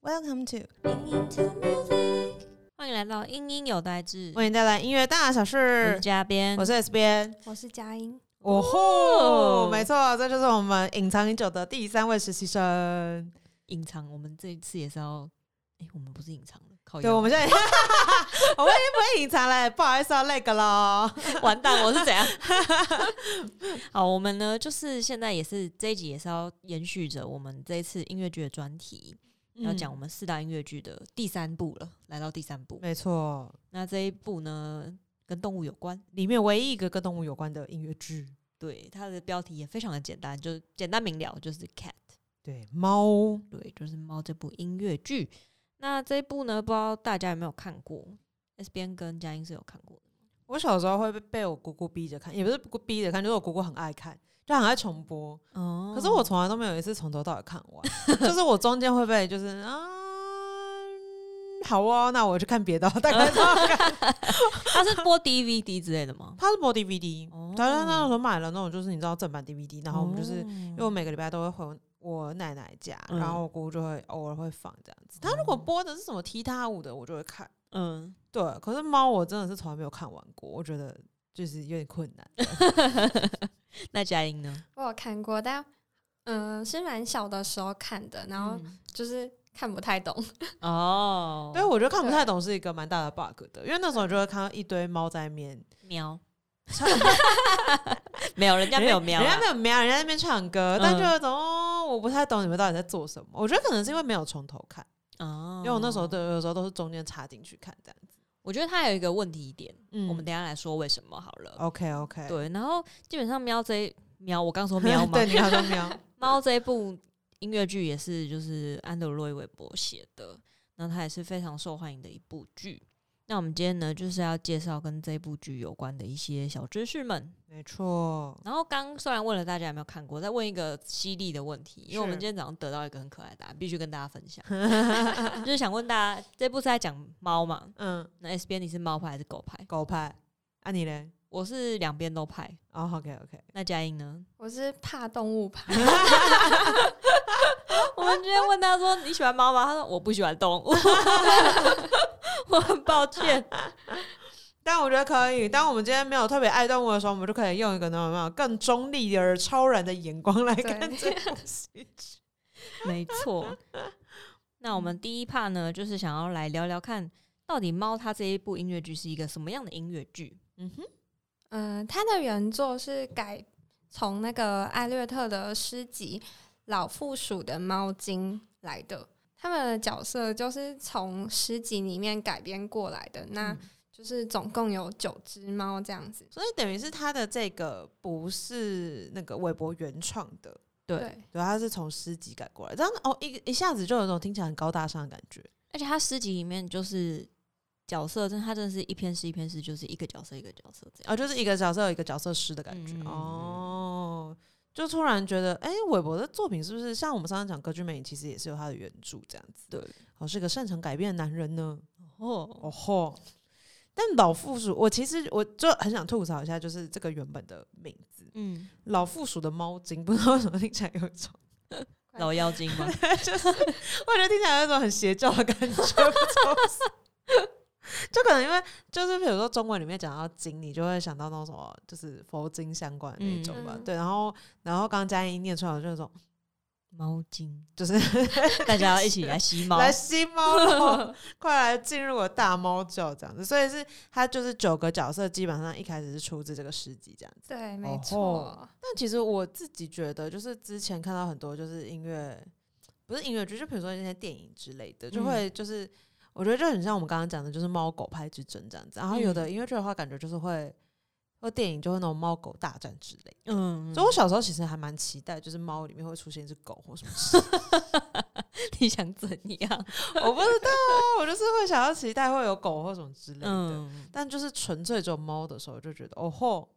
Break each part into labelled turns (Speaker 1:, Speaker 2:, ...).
Speaker 1: Welcome to，
Speaker 2: 欢迎来到英英有代志，我
Speaker 1: 为您带来音乐大小
Speaker 2: 是
Speaker 1: 事。
Speaker 2: 嘉编
Speaker 1: 我，是 S 边，
Speaker 3: 我是佳音，
Speaker 1: 哦吼，没错，这就是我们隐藏已久的第三位实习生。
Speaker 2: 隐藏，我们这一次也是要，哎，我们不是隐藏的，靠
Speaker 1: 对，
Speaker 2: 腰
Speaker 1: 我们 现在我们已经不会隐藏了，不好意思要那个喽。
Speaker 2: 完蛋，我是怎样？好，我们呢，就是现在也是这一集也是要延续着我们这一次音乐剧的专题，要讲我
Speaker 1: 嗯
Speaker 2: 们四大音乐剧的第三部了，来到第三部
Speaker 1: 嗯，，没错，
Speaker 2: 那这一部呢跟动物有关，
Speaker 1: 里面唯一一个跟动物有关的音乐剧，
Speaker 2: 对，它的标题也非常的简单，就简单明了，就是 cat。
Speaker 1: 对，猫。
Speaker 2: 对，就是《猫》这部音乐剧。那这一部呢，不知道大家有没有看过？S 边跟佳音是有看过的。
Speaker 1: 我小时候会被被我姑姑逼着看，也不是姑逼着看，就是我姑姑很爱看，就很爱重播。
Speaker 2: 哦
Speaker 1: 可是我从来都没有一次从头到尾看完，就是我中间会被就是啊，好哦，那我去看别的哦，大概这样 看。
Speaker 2: 它是播 DVD 之类的 吗？
Speaker 1: 他是播 DVD，
Speaker 2: 哦
Speaker 1: 他他那时候买了那种就是你知道正版 DVD，然后我们就是、因为我
Speaker 2: 哦
Speaker 1: 每个礼拜都会回我奶奶家，
Speaker 2: 嗯哦
Speaker 1: 然后我姑姑就会偶尔会放这样子。他如果播的是什么踢踏舞的，我就会看。
Speaker 2: 嗯，
Speaker 1: 对，可是猫我真的是从来没有看完过，我觉得就是有点困难。
Speaker 2: 那佳音呢？
Speaker 3: 我有看过，但嗯、呃是蛮小的时候看的，然后
Speaker 2: 嗯
Speaker 3: 就是看不太懂。
Speaker 2: 哦，
Speaker 1: 对，我觉得看不太懂是一个蛮大的 bug 的，因为那时候就会看到一堆猫在面
Speaker 2: 喵，
Speaker 1: 唱，
Speaker 2: 没有人家没有喵啊，
Speaker 1: 人家没有喵，人家在那边唱歌，
Speaker 2: 嗯
Speaker 1: 但就有一种、哦，我不太懂你们到底在做什么。我觉得可能是因为没有从头看，
Speaker 2: 哦，
Speaker 1: 因为我那时候都有时候都是中间插进去看这样子。
Speaker 2: 我觉得它有一个问题点，
Speaker 1: 嗯哦
Speaker 2: 我们等一下来说为什么好了。
Speaker 1: OK OK，，
Speaker 2: 对，然后基本上喵这一喵，我刚 说喵吗
Speaker 1: 对，？你好像喵，
Speaker 2: 猫这一部音乐剧也是就是安德洛伊韦伯写的，那它也是非常受欢迎的一部剧。那我们今天呢，就是要介绍跟这部剧有关的一些小知识 们。
Speaker 1: 没错，
Speaker 2: 然后刚虽然问了大家有没有看过，再问一个犀利的问题，因为我们
Speaker 1: 是
Speaker 2: 今天早上得到一个很可爱的答案，必须跟大家分享。就是想问大家，这部是在讲猫嘛？
Speaker 1: 嗯，
Speaker 2: 那 S 边你是猫派还是狗派？
Speaker 1: 狗派，啊你嘞？
Speaker 2: 我是两边都派。
Speaker 1: 哦、o k OK，
Speaker 2: 那佳音呢？
Speaker 3: 我是怕动物怕，
Speaker 2: 我们今天问他说你喜欢猫吗？他说我不喜欢动 物，我很抱歉。
Speaker 1: 但我觉得可以。当我们今天没有特别爱动物的时候，我们就可以用一个那种更中立而超然的眼光来看
Speaker 3: 对
Speaker 1: 这部戏。
Speaker 2: 没错。那我们第一 part 呢，就是想要来聊聊看，到底《猫》它这一部音乐剧是一个什么样的音乐剧？
Speaker 1: 嗯哼，
Speaker 3: 嗯、它的原作是改从那个艾略特的诗集《老附属的猫精》来的。他们的角色就是从诗集里面改编过来的，那
Speaker 2: 嗯
Speaker 3: 就是总共有九只猫这样子。
Speaker 1: 所以等于是他的这个不是那个韦伯原创的，
Speaker 2: 对
Speaker 3: 对，
Speaker 1: 对，他是从诗集改过来，这样哦，一一下子就有种听起来很高大上的感觉。
Speaker 2: 而且它诗集里面就是角色，真的它真的是一篇诗一篇诗，就是一个角色一个角色这样。
Speaker 1: 哦，就是一个角色有一个角色诗的感觉、
Speaker 2: 嗯
Speaker 1: 哦，就突然觉得，哎、韦伯的作品是不是像我们上次讲《歌剧魅影》，其实也是有他的原著这样子？
Speaker 2: 对，
Speaker 1: 哦，是个擅长改变的男人呢。
Speaker 2: 哦，
Speaker 1: 哦吼，但老附属，我其实我就很想吐槽一下，就是这个原本的名字
Speaker 2: 嗯，
Speaker 1: “老附属的猫精”，不知道为什么听起来有一种，
Speaker 2: 老妖精 吗？
Speaker 1: 我觉得听起来有一种很邪教的感觉，不知道为什么就可能因为就是比如说中文里面讲到经，你就会想到那种什么就是佛经相关的那种吧。
Speaker 3: 嗯嗯
Speaker 1: 对，然后然后刚刚佳音念出来，我就有一种
Speaker 2: 猫精，
Speaker 1: 就是
Speaker 2: 大家要一起来吸猫。
Speaker 1: 来吸猫喽，快来进入我大猫教这样子。所以是它就是九个角色，基本上一开始是出自这个诗集这样子。
Speaker 3: 对，
Speaker 1: 哦
Speaker 3: 没
Speaker 1: 吼
Speaker 3: 错。
Speaker 1: 但其实我自己觉得，就是之前看到很多就是音乐，不是音乐剧，就比如说那些电影之类的，就
Speaker 2: 嗯
Speaker 1: 会就是、我觉得就很像我们刚刚讲的，就是猫狗派之争这样子。然后有
Speaker 2: 嗯
Speaker 1: 的音乐剧的话，感觉就是会。或电影就会那种猫狗大战之类的，
Speaker 2: 嗯，
Speaker 1: 所以我小时候其实还蛮期待，就是猫里面会出现一只狗或什么事，
Speaker 2: 你想怎样？
Speaker 1: 我不知道啊，我就是会想要期待会有狗或什么之类的，
Speaker 2: 嗯，
Speaker 1: 但就是纯粹只有猫的时候，就觉得哦吼，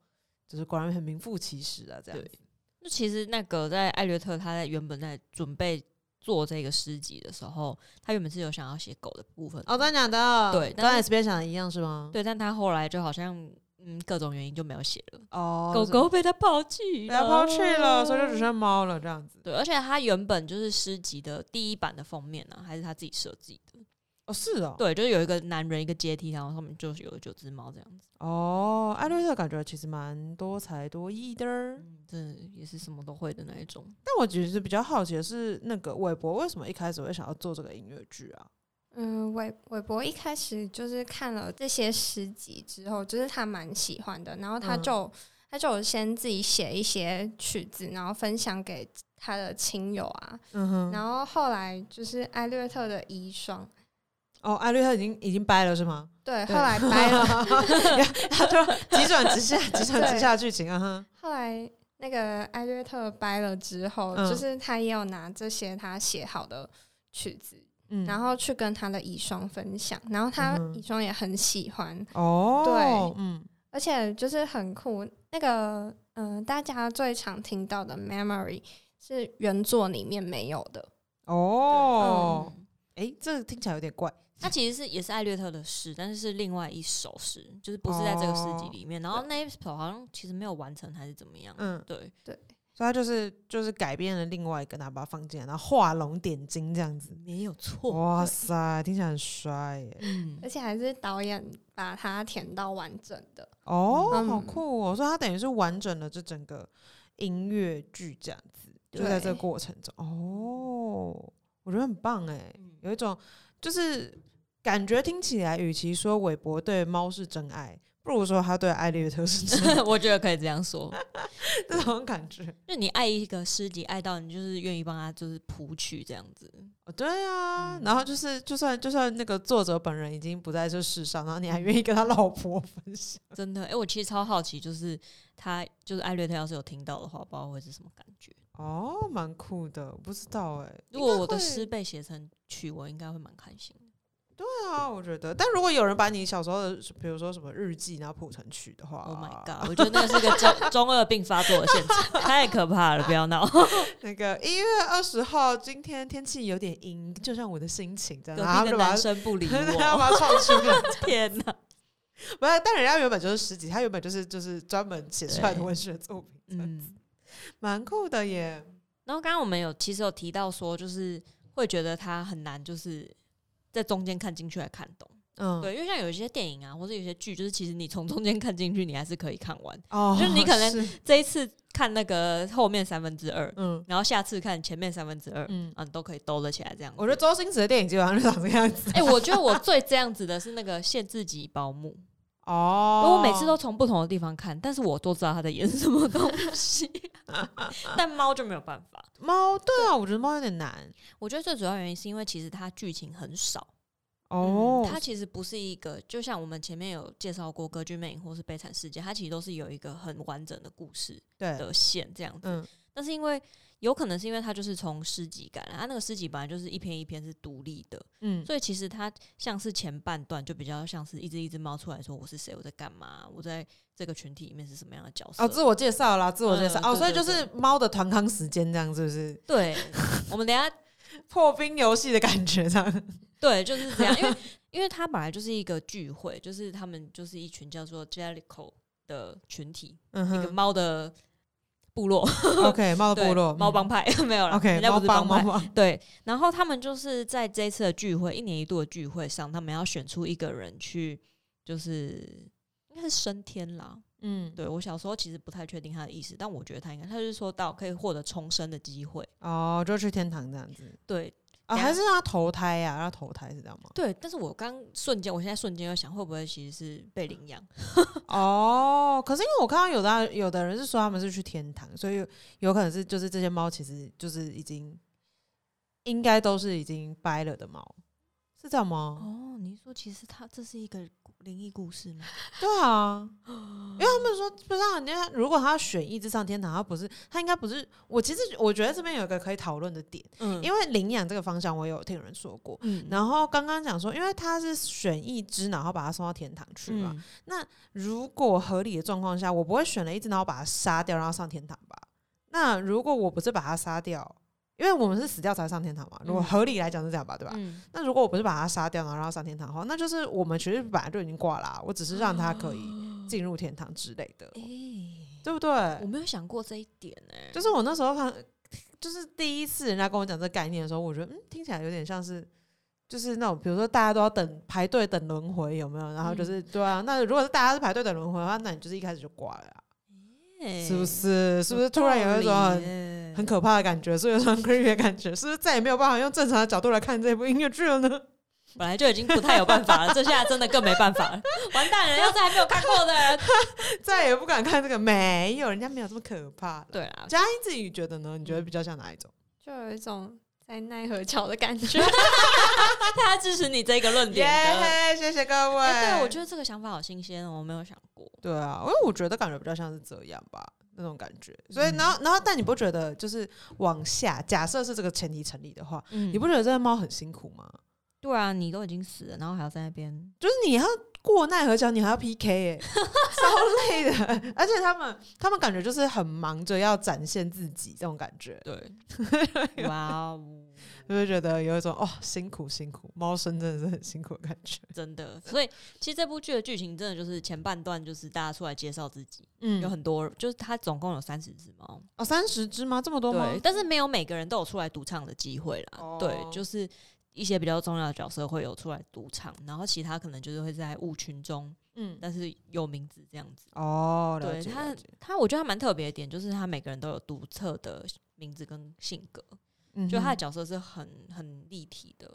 Speaker 1: 就是果然很名副其实啊，这样
Speaker 2: 对
Speaker 1: 子。
Speaker 2: 就其实那个在艾略特他在原本在准备做这个诗集的时候，他原本是有想要写狗的部分，
Speaker 1: 哦，真的假的？
Speaker 2: 对但
Speaker 1: 跟
Speaker 2: 是
Speaker 1: S B 想的一样是吗？
Speaker 2: 对，但他后来就好像嗯各种原因就没有写了。
Speaker 1: 哦，
Speaker 2: 狗狗被他抛弃，
Speaker 1: 被它抛弃了，所以就只剩猫了这样子。
Speaker 2: 对，而且它原本就是诗集的第一版的封面呢、啊，还是他自己设计的。
Speaker 1: 哦，是哦，
Speaker 2: 对，就是有一个男人一个阶梯，然后上面就是有九只猫这样子。
Speaker 1: 哦，艾瑞特感觉其实蛮多才多艺的儿。
Speaker 2: 嗯，这也是什么都会的那一种。
Speaker 1: 但我其实比较好奇的是，那个韦伯为什么一开始会想要做这个音乐剧啊？
Speaker 3: 嗯，韦韦伯一开始就是看了这些诗集之后，就是他蛮喜欢的，然后他
Speaker 1: 嗯
Speaker 3: 就、他就有先自己写一些曲子，然后分享给他的亲友啊，
Speaker 1: 嗯哼，
Speaker 3: 然后后来就是艾略特的遗孀，
Speaker 1: 哦，艾瑞特已经已经掰了是吗？
Speaker 3: 对，
Speaker 1: 对
Speaker 3: 后 来掰了，
Speaker 1: 他就急转直下，急转直下剧情啊哈。
Speaker 3: 后来那个艾略特掰了之后，
Speaker 1: 嗯
Speaker 3: 就是他也有拿这些他写好的曲子，
Speaker 1: 嗯，
Speaker 3: 然后去跟他的遗孀分享，然后他
Speaker 1: 嗯哼
Speaker 3: 遗孀也很喜欢，
Speaker 1: 哦，
Speaker 3: 对，
Speaker 1: 嗯，
Speaker 3: 而且就是很酷。那个嗯、呃大家最常听到的 memory 是原作里面没有的，
Speaker 1: 哦，
Speaker 2: 嗯，
Speaker 1: 诶，这个听起来有点怪。
Speaker 2: 它其实是也是艾略特的诗，但是是另外一首诗，就是不是在这个诗集里面。然后那一首好像其实没有完成还是怎么样。
Speaker 1: 哦嗯，
Speaker 2: 对，
Speaker 1: 所以他就是就是改编了另外一个，然后把它放进来，然后画龙点睛这样子。
Speaker 2: 没有错。
Speaker 1: 哇
Speaker 2: 对，
Speaker 1: 塞，听起来很帅耶！
Speaker 2: 嗯
Speaker 3: 而，且还是导演把它填到完整的。
Speaker 1: 哦，
Speaker 3: 嗯
Speaker 1: 好酷哦！所以他等于是完整了这整个音乐剧这样子，就在这个
Speaker 3: 对
Speaker 1: 过程中，哦，我觉得很棒哎，
Speaker 2: 嗯
Speaker 1: 有一种就是感觉听起来，与其说韦伯对猫是真爱，不如说他对艾略特是真爱
Speaker 2: 我觉得可以这样说，
Speaker 1: 这种感 觉。
Speaker 2: 就你爱一个诗集，爱到你就是愿意帮他就是谱曲这样子。
Speaker 1: 哦，对啊，
Speaker 2: 嗯
Speaker 1: 然后就是，就算就算那个作者本人已经不在这世上，然后你还愿意跟他老婆分享，
Speaker 2: 真的，哎、我其实超好奇，就是他就是艾略特要是有听到的话，不知道会是什么感觉。
Speaker 1: 哦，蛮酷的，我不知道哎、
Speaker 2: 如果我的
Speaker 1: 应该会
Speaker 2: 诗被写成曲，我应该会蛮开心的。
Speaker 1: 对啊，我觉得。但如果有人把你小时候的，比如说什么日记，然后谱成曲的话
Speaker 2: Oh my god！我觉得那是个中中二病发作的现 场，太可怕了，不要闹。
Speaker 1: 那个一月二十号，今天天气有点阴，就像我的心情这
Speaker 2: 隔
Speaker 1: 样，然后他
Speaker 2: 壁
Speaker 1: 们就把
Speaker 2: 的男
Speaker 1: 它，
Speaker 2: 生不理
Speaker 1: 他们要
Speaker 2: 我，
Speaker 1: 把它创出来。
Speaker 2: 天 哪！
Speaker 1: 不是，但人家原本就是十几，他原本就是就是专门写出来的
Speaker 2: 对
Speaker 1: 文学作品，嗯，
Speaker 2: 嗯，
Speaker 1: 蛮酷的耶。
Speaker 2: 然后刚刚我们有其实有提到说，就是会觉得他很难，就是在中间看进去来看懂。
Speaker 1: 嗯，
Speaker 2: 对，因为像有一些电影啊，或者有些剧，就是其实你从中间看进去，你还是可以看完。
Speaker 1: 哦，
Speaker 2: 就是你可能
Speaker 1: 是
Speaker 2: 这一次看那个后面三分之二，
Speaker 1: 嗯
Speaker 2: 然后下次看前面三分之二，
Speaker 1: 嗯，
Speaker 2: 嗯，都可以兜了起来这样子。
Speaker 1: 我觉得周星驰的电影基本上就长这个样子。
Speaker 2: 哎、我觉得我最这样子的是那个限制级保姆，
Speaker 1: 哦，
Speaker 2: 我每次都从不同的地方看，但是我都知道他在演什么东 西。但猫就没有办法。
Speaker 1: 猫，对啊，我觉得猫有点难
Speaker 2: 我觉得最主要原因是因为其实它剧情很少，
Speaker 1: 哦
Speaker 2: 嗯，它其实不是一个，就像我们前面有介绍过《歌剧魅影》或是《悲惨世界》，它其实都是有一个很完整的故事
Speaker 1: 对，
Speaker 2: 的线这样子。
Speaker 1: 嗯
Speaker 2: 但是因为有可能是因为它就是从诗集改来，它那个诗集本来就是一篇一篇是独立的，
Speaker 1: 嗯，
Speaker 2: 所以其实它像是前半段就比较像是一只一只猫出来说我是谁，我在干嘛，我在这个群体里面是什么样的角色。
Speaker 1: 哦，自我介绍啦，自我介绍、
Speaker 2: 嗯
Speaker 1: 哦，
Speaker 2: 对
Speaker 1: 所以
Speaker 2: 对
Speaker 1: 就是猫的团康时间这样，是不是
Speaker 2: 对，我们等一下
Speaker 1: 破冰游戏的感觉这 样？
Speaker 2: 对就是这样，因为因为它本来就是一个聚会，就是他们就是一群叫做 Jellico 的群体，
Speaker 1: 嗯
Speaker 2: 一个
Speaker 1: 哼
Speaker 2: 猫的部落，
Speaker 1: ，OK，猫的
Speaker 2: 对
Speaker 1: 部落，
Speaker 2: 猫
Speaker 1: 嗯
Speaker 2: 帮派 没有了
Speaker 1: ，OK，
Speaker 2: 人家
Speaker 1: 猫
Speaker 2: 不是
Speaker 1: 帮嗯
Speaker 2: 帮
Speaker 1: 猫
Speaker 2: 派，
Speaker 1: 帮，
Speaker 2: 对，然后他们就是在这一次的聚会，一年一度的聚会上，他们要选出一个人去，就是应该是升天啦。
Speaker 1: 嗯，
Speaker 2: 对我小时候其实不太确定他的意思，但我觉得他应该，他就是说到可以获得重生的机会。
Speaker 1: 哦，就去天堂这样子
Speaker 2: 对
Speaker 1: 啊，
Speaker 2: 等下？
Speaker 1: 还是让它投胎呀、让它投胎是这样吗
Speaker 2: 对，但是我刚瞬间，我现在瞬间又想，会不会其实是被领养？
Speaker 1: 哦，可是因为我看到有的有的人是说他们是去天堂，所以有有可能是就是这些猫其实就是已经应该都是已经掰了的猫，是这样吗？
Speaker 2: 哦，你说其实他这是一个故灵异故事吗？
Speaker 1: 对啊，因为他们说不知道，人家如果他要选一只上天堂，他不是他应该不是我。其实我觉得这边有一个可以讨论的点，
Speaker 2: 嗯
Speaker 1: 因为领养这个方向我有听人说过。
Speaker 2: 嗯
Speaker 1: 然后刚刚讲说，因为他是选一只，然后把它送到天堂去嘛。
Speaker 2: 嗯
Speaker 1: 如果合理的状况下，我不会选了一只，然后把它杀掉，然后上天堂吧。那如果我不是把它杀掉，因为我们是死掉才上天堂嘛。如果
Speaker 2: 嗯
Speaker 1: 合理来讲是这样吧，对吧？
Speaker 2: 嗯，
Speaker 1: 那啊如果我不是把它杀掉，然后让它上天堂的话，那就是我们其实本来就已经挂啦、我只是让它可以进入天堂之类的，
Speaker 2: 哎，
Speaker 1: 对不对
Speaker 2: 啊我？没有想过这一点哎，
Speaker 1: 就是我那时候看，就是第一次人家跟我讲这个概念的时候，我觉得嗯，听起来有点像是。就是那种，比如说大家都要等排队等轮回，有没有？然后
Speaker 2: 嗯
Speaker 1: 就是、对啊，那如果是大家是排队等轮回的话，那你就是一开始就挂了、啊，
Speaker 2: 哎
Speaker 1: 是不？是？是不是
Speaker 2: 有
Speaker 1: 突然有一种
Speaker 2: 道
Speaker 1: 很
Speaker 2: 理耶
Speaker 1: 很可怕的感觉，是有种 creepy 的感觉，是不是再也没有办法用正常的角度来看这部音乐剧了呢？
Speaker 2: 本来就已经不太有办法了，这下真的更没办法了，完蛋了！要是还没有看过的人，
Speaker 1: 再也不敢看这个，没有，人家没有这么可怕了。
Speaker 2: 对啦，
Speaker 1: 佳音自己觉得呢？你觉得比较像哪一种？
Speaker 3: 就有一种在奈何桥的感觉。
Speaker 2: 他支持你这个论
Speaker 1: 耶
Speaker 2: 点的。
Speaker 1: 谢谢各位。
Speaker 2: 哎，对，我觉得这个想法好新鲜哦，我没有想过。
Speaker 1: 对啊，因为我觉得感觉比较像是这样吧，那种感觉。所以，
Speaker 2: 嗯
Speaker 1: 然后，然后，但你不觉得就是往下，假设是这个前提成立的话，
Speaker 2: 嗯
Speaker 1: 你不觉得这个猫很辛苦吗？
Speaker 2: 对啊，你都已经死了，然后还要在那边
Speaker 1: 就是你要过奈何桥，你还要 PK 哎、超累的。而且他们，他们感觉就是很忙着要展现自己这种感觉，
Speaker 2: 嗯 对，哇哦，
Speaker 1: 就会觉得有一种哦辛苦辛苦，猫生真的是很辛苦的感觉。
Speaker 2: 真的。所以其实这部剧的剧情真的就是前半段就是大家出来介绍自己，
Speaker 1: 嗯
Speaker 2: 有很多就是它总共有三十只猫，
Speaker 1: 哦三十只吗？这么多吗？
Speaker 2: 对，但是没有每个人都有出来独唱的机会啦。
Speaker 1: 哦
Speaker 2: 对，就是一些比较重要的角色会有出来独唱，然后其他可能就是会在舞群中，
Speaker 1: 嗯，
Speaker 2: 但是有名字这样子。
Speaker 1: 哦，了
Speaker 2: 对
Speaker 1: 解
Speaker 2: 他
Speaker 1: 了解，
Speaker 2: 他我觉得他蛮特别的点，就是他每个人都有独特的名字跟性格。
Speaker 1: 嗯
Speaker 2: 就他的
Speaker 1: 哼
Speaker 2: 角色是很很立体的，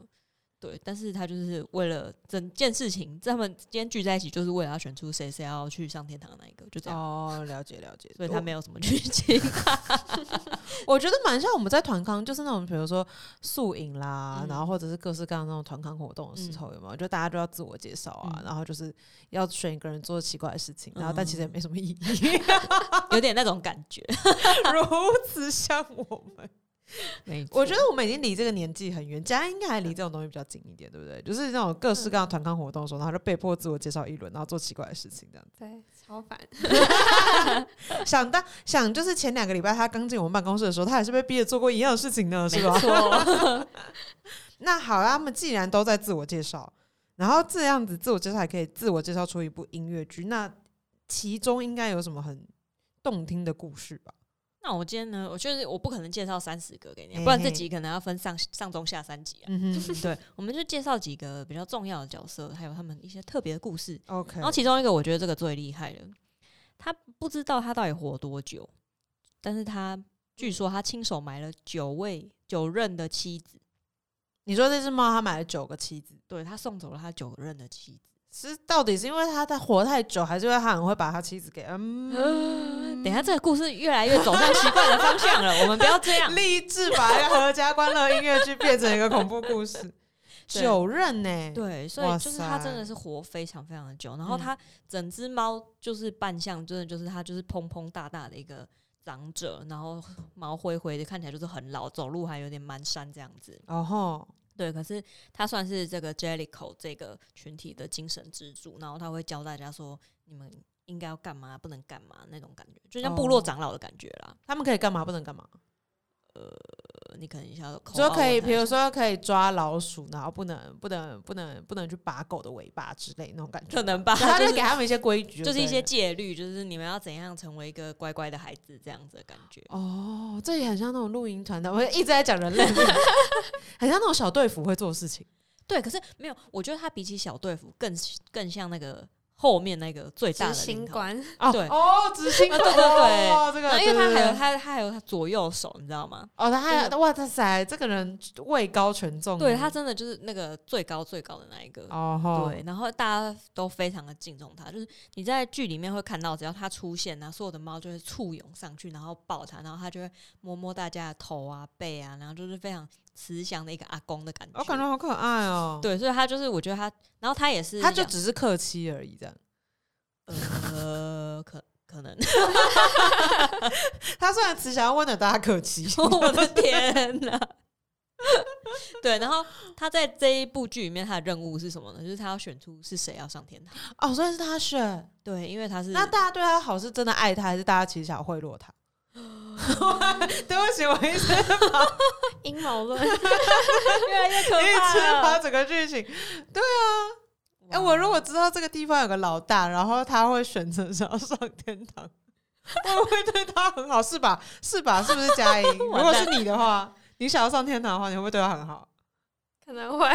Speaker 2: 对。但是他就是为了整件事情，他们今天聚在一起，就是为了要选出谁谁要去上天堂的那一个，就这样。
Speaker 1: 哦，了解了解，
Speaker 2: 所以他没有什么剧情，
Speaker 1: 我觉得蛮像我们在团康，就是那种比如说宿营啦，
Speaker 2: 嗯
Speaker 1: 然后或者是各式各样那种团康活动的时候，有没有？就大家就要自我介绍啊，
Speaker 2: 嗯
Speaker 1: 然后就是要选一个人做奇怪的事情，然后但其实也没什么意义。
Speaker 2: 有点那种感觉。
Speaker 1: 如此像我们，
Speaker 2: 没错
Speaker 1: 我觉得我们已经离这个年纪很远，家应该还离这种东西比较近一点，对不对？就是那种各式各样的团康活动的时候，然后就被迫自我介绍一轮，然后做奇怪的事情，这样
Speaker 3: 对，超烦。
Speaker 1: 子。想当想就是前两个礼拜他刚进我们办公室的时候，他还是被逼着做过一样的事情呢，是吧？
Speaker 2: 错，
Speaker 1: 那好啊啦，他们既然都在自我介绍，然后这样子自我介绍还可以自我介绍出一部音乐剧，那其中应该有什么很动听的故事吧？
Speaker 2: 那我今天呢，我就是我不可能介绍三十个给
Speaker 1: 嘿
Speaker 2: 你，啊
Speaker 1: 嘿
Speaker 2: 不然这集可能要分上上中下三集啊。
Speaker 1: 嗯哼
Speaker 2: 对，我们就介绍几个比较重要的角色，还有他们一些特别的故事。
Speaker 1: ，OK，
Speaker 2: 然后其中一个，我觉得这个最厉害了，他不知道他到底活多久，但是他据说他亲手埋了九位九任的妻子，
Speaker 1: 你说这只猫它买了九个妻子，
Speaker 2: 对他送走了他九任的妻子。
Speaker 1: 是到底是因为它在活太久，还是因为它很会把它妻子给嗯？
Speaker 2: 啊等一下，这个故事越来越走向奇怪的方向了，我们不要这样。
Speaker 1: 励志把一个合家欢乐音乐剧变成一个恐怖故事，
Speaker 2: 对
Speaker 1: 九任呢、，
Speaker 2: 对，所以
Speaker 1: 哇
Speaker 2: 就是它真
Speaker 1: 塞
Speaker 2: 的是活非常非常的久，然后
Speaker 1: 嗯
Speaker 2: 它整只猫就是扮相，真的就是它就是蓬蓬大大的一个长者，然后毛灰灰的，看起来就是很老，走路还有点蹒跚这样子。
Speaker 1: 然后
Speaker 2: 对，可是它算是这个 Jellico 这个群体的精神支柱，然后他会教大家说你们应该要干嘛，不能干嘛那种感觉，就像部落
Speaker 1: 哦
Speaker 2: 长老的感觉啦。
Speaker 1: 他们可以干嘛，不能干嘛？
Speaker 2: 呃，你可能一下子
Speaker 1: 就可以，比如
Speaker 2: 说。
Speaker 1: 说可以抓老鼠，然后不能不能不能不能去拔狗的尾巴之类那种感觉。
Speaker 2: 可能吧，
Speaker 1: 然后他
Speaker 2: 就
Speaker 1: 就是给他们一些规矩，
Speaker 2: 就是一
Speaker 1: 对
Speaker 2: 些
Speaker 1: 了
Speaker 2: 戒律，就是你们要怎样成为一个乖乖的孩子这样子的感觉。
Speaker 1: 哦，这也很像那种露营团的，我一直在讲人类露营， 很像那种小队服会做的事情。
Speaker 2: 对，可是没有，我觉得他比起小队服更更像那个后面那个最大
Speaker 3: 执
Speaker 2: 的领
Speaker 3: 行
Speaker 2: 头。
Speaker 3: 官，
Speaker 1: 哦
Speaker 2: 对
Speaker 1: 哦，执行
Speaker 2: 啊对对对
Speaker 1: 哦这个
Speaker 2: 然后因为他
Speaker 1: 对
Speaker 2: 还有
Speaker 1: 对对
Speaker 2: 他他还有他左右手，你知道吗？
Speaker 1: 哦，他还
Speaker 2: 就
Speaker 1: 有哇塞，这个人位高权重，
Speaker 2: 对他真的就是那个最高最高的那一个。
Speaker 1: 哦吼
Speaker 2: 对，然后大家都非常的敬重他，就是你在剧里面会看到，只要他出现啊，所有的猫就会簇拥上去，然后抱他，然后他就会摸摸大家的头啊、背啊，然后就是非常慈祥的一个阿公的感觉。
Speaker 1: 我感觉好可爱哦。，
Speaker 2: 对，所以他就是我觉得他，然后他也是
Speaker 1: 他就
Speaker 2: 养
Speaker 1: 只是客气而已，这样。
Speaker 2: 呃可可能
Speaker 1: 他虽然慈祥温暖，但他客 气。
Speaker 2: 我的天呐！对，然后他在这一部剧里面，他的任务是什么呢？就是他要选出是谁要上天堂。
Speaker 1: 哦，所以是他选。
Speaker 2: 对，因为他是
Speaker 1: 那大家对他好是真的爱他，还是大家其实想贿赂他？ 对不起，我一直
Speaker 3: 阴谋论。
Speaker 2: 越来越可
Speaker 1: 一直
Speaker 2: 怕
Speaker 1: 把
Speaker 2: 了。
Speaker 1: 整个剧情，对啊，哎、我如果知道这个地方有个老大，然后他会选择想要上天堂， 我会对他很好，是吧？是吧？是不是 佳音？如果是你的话，你想要上天堂的话，你会不会对他很 好？
Speaker 3: 可能会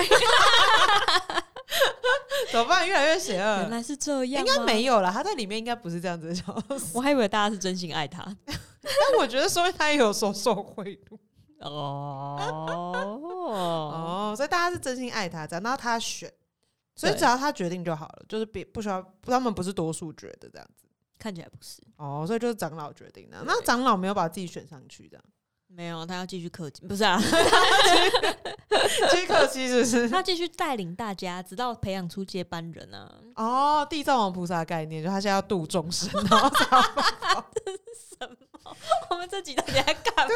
Speaker 1: 怎么办？越来越邪
Speaker 2: 原
Speaker 1: 恶。
Speaker 2: 来是这样，
Speaker 1: 应该没，有了，他在里面应该不是这样子的角色，
Speaker 2: 我还以为大家是真心爱他。
Speaker 1: 但我觉得说明他也有所受贿赂
Speaker 2: 哦，
Speaker 1: 哦，所以大家是真心爱他，只要让他选，所以
Speaker 2: 对
Speaker 1: 只要他决定就好了，就是别不需要他们不是多数决的这样子
Speaker 2: 看起来不是，
Speaker 1: 哦，所以就是长老决定的。
Speaker 2: 嗯对
Speaker 1: 那长老没有把自己选上去这样。
Speaker 2: 没有，他要继续氪金，不是啊，
Speaker 1: 杰克其实
Speaker 2: 他
Speaker 1: 是
Speaker 2: 要继续带领大家，直到培养出接班人啊。
Speaker 1: 哦，地藏王菩萨的概念，就他现在要度众生，然后才要
Speaker 2: 我们这几大家干 嘛？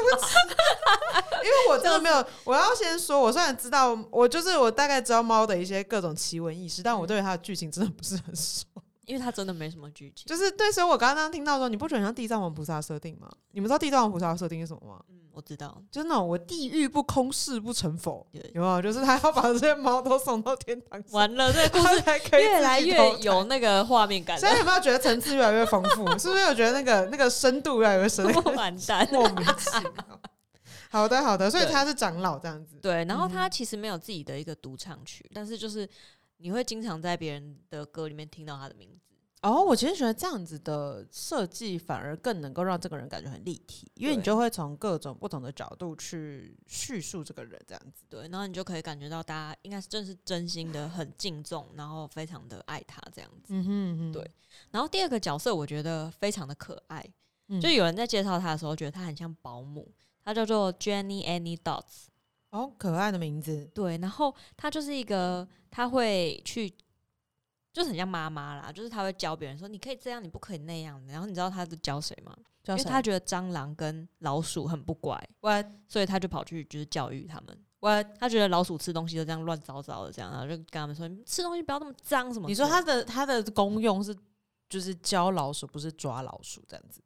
Speaker 1: 因为我真的没 有，我要先说，我虽然知道，我就是我大概知道猫的一些各种奇闻异事，但我对它的剧情真的不是很 熟。
Speaker 2: 因为他真的没什么剧情。
Speaker 1: 就是对，所以我刚刚听到说，你不觉得很像地藏王菩萨的设定吗？你们知道地藏王菩萨的设定是什么吗？
Speaker 2: 嗯，我 知道，
Speaker 1: 就是那种我地狱不空，誓不成佛，
Speaker 2: 对，
Speaker 1: 有没有？就是他要把这些猫都送到天堂上，
Speaker 2: 完了，这个故
Speaker 1: 他
Speaker 2: 事
Speaker 1: 才可以
Speaker 2: 越
Speaker 1: 自
Speaker 2: 来
Speaker 1: 己
Speaker 2: 越
Speaker 1: 投胎
Speaker 2: 有那个画面感
Speaker 1: 所
Speaker 2: 了
Speaker 1: 以，有没有觉得层次越来越丰富？是不是有觉得那个那个深度越来 越深？ 那个
Speaker 2: 完蛋。
Speaker 1: 莫名其妙。好的，好的，所以
Speaker 2: 对
Speaker 1: 他是长老这样子。
Speaker 2: 对，然后
Speaker 1: 嗯
Speaker 2: 他其实没有自己的一个独唱曲，但是就是你会经常在别人的歌里面听到他的名字。
Speaker 1: 哦，我其实觉得这样子的设计反而更能够让这个人感觉很立体，因为你
Speaker 2: 对
Speaker 1: 就会从各种不同的角度去叙述这个人这样子。
Speaker 2: 对，然后你就可以感觉到大家应该是真是真心的很敬重，然后非常的爱他这样子。
Speaker 1: 嗯哼嗯哼
Speaker 2: 对然后第二个角色我觉得非常的可爱，
Speaker 1: 嗯
Speaker 2: 就有人在介绍他的时候觉得他很像保姆，他叫做 Jenny Annie Dots。
Speaker 1: 哦，可爱的名字。
Speaker 2: 对，然后他就是一个他会去。就是很像妈妈啦，就是他会教别人说你可以这样，你不可以那样。然后你知道他在教谁吗？
Speaker 1: 叫
Speaker 2: 因为他觉得蟑螂跟老鼠很不乖，
Speaker 1: 我
Speaker 2: 所以他就跑去就是教育他们。
Speaker 1: 我，
Speaker 2: 他觉得老鼠吃东西都这样乱糟糟的，这样，然后就跟他们说，你们吃东西不要那么脏什么之类的。
Speaker 1: 你说他的他的功用是就是教老鼠，不是抓老鼠这样子。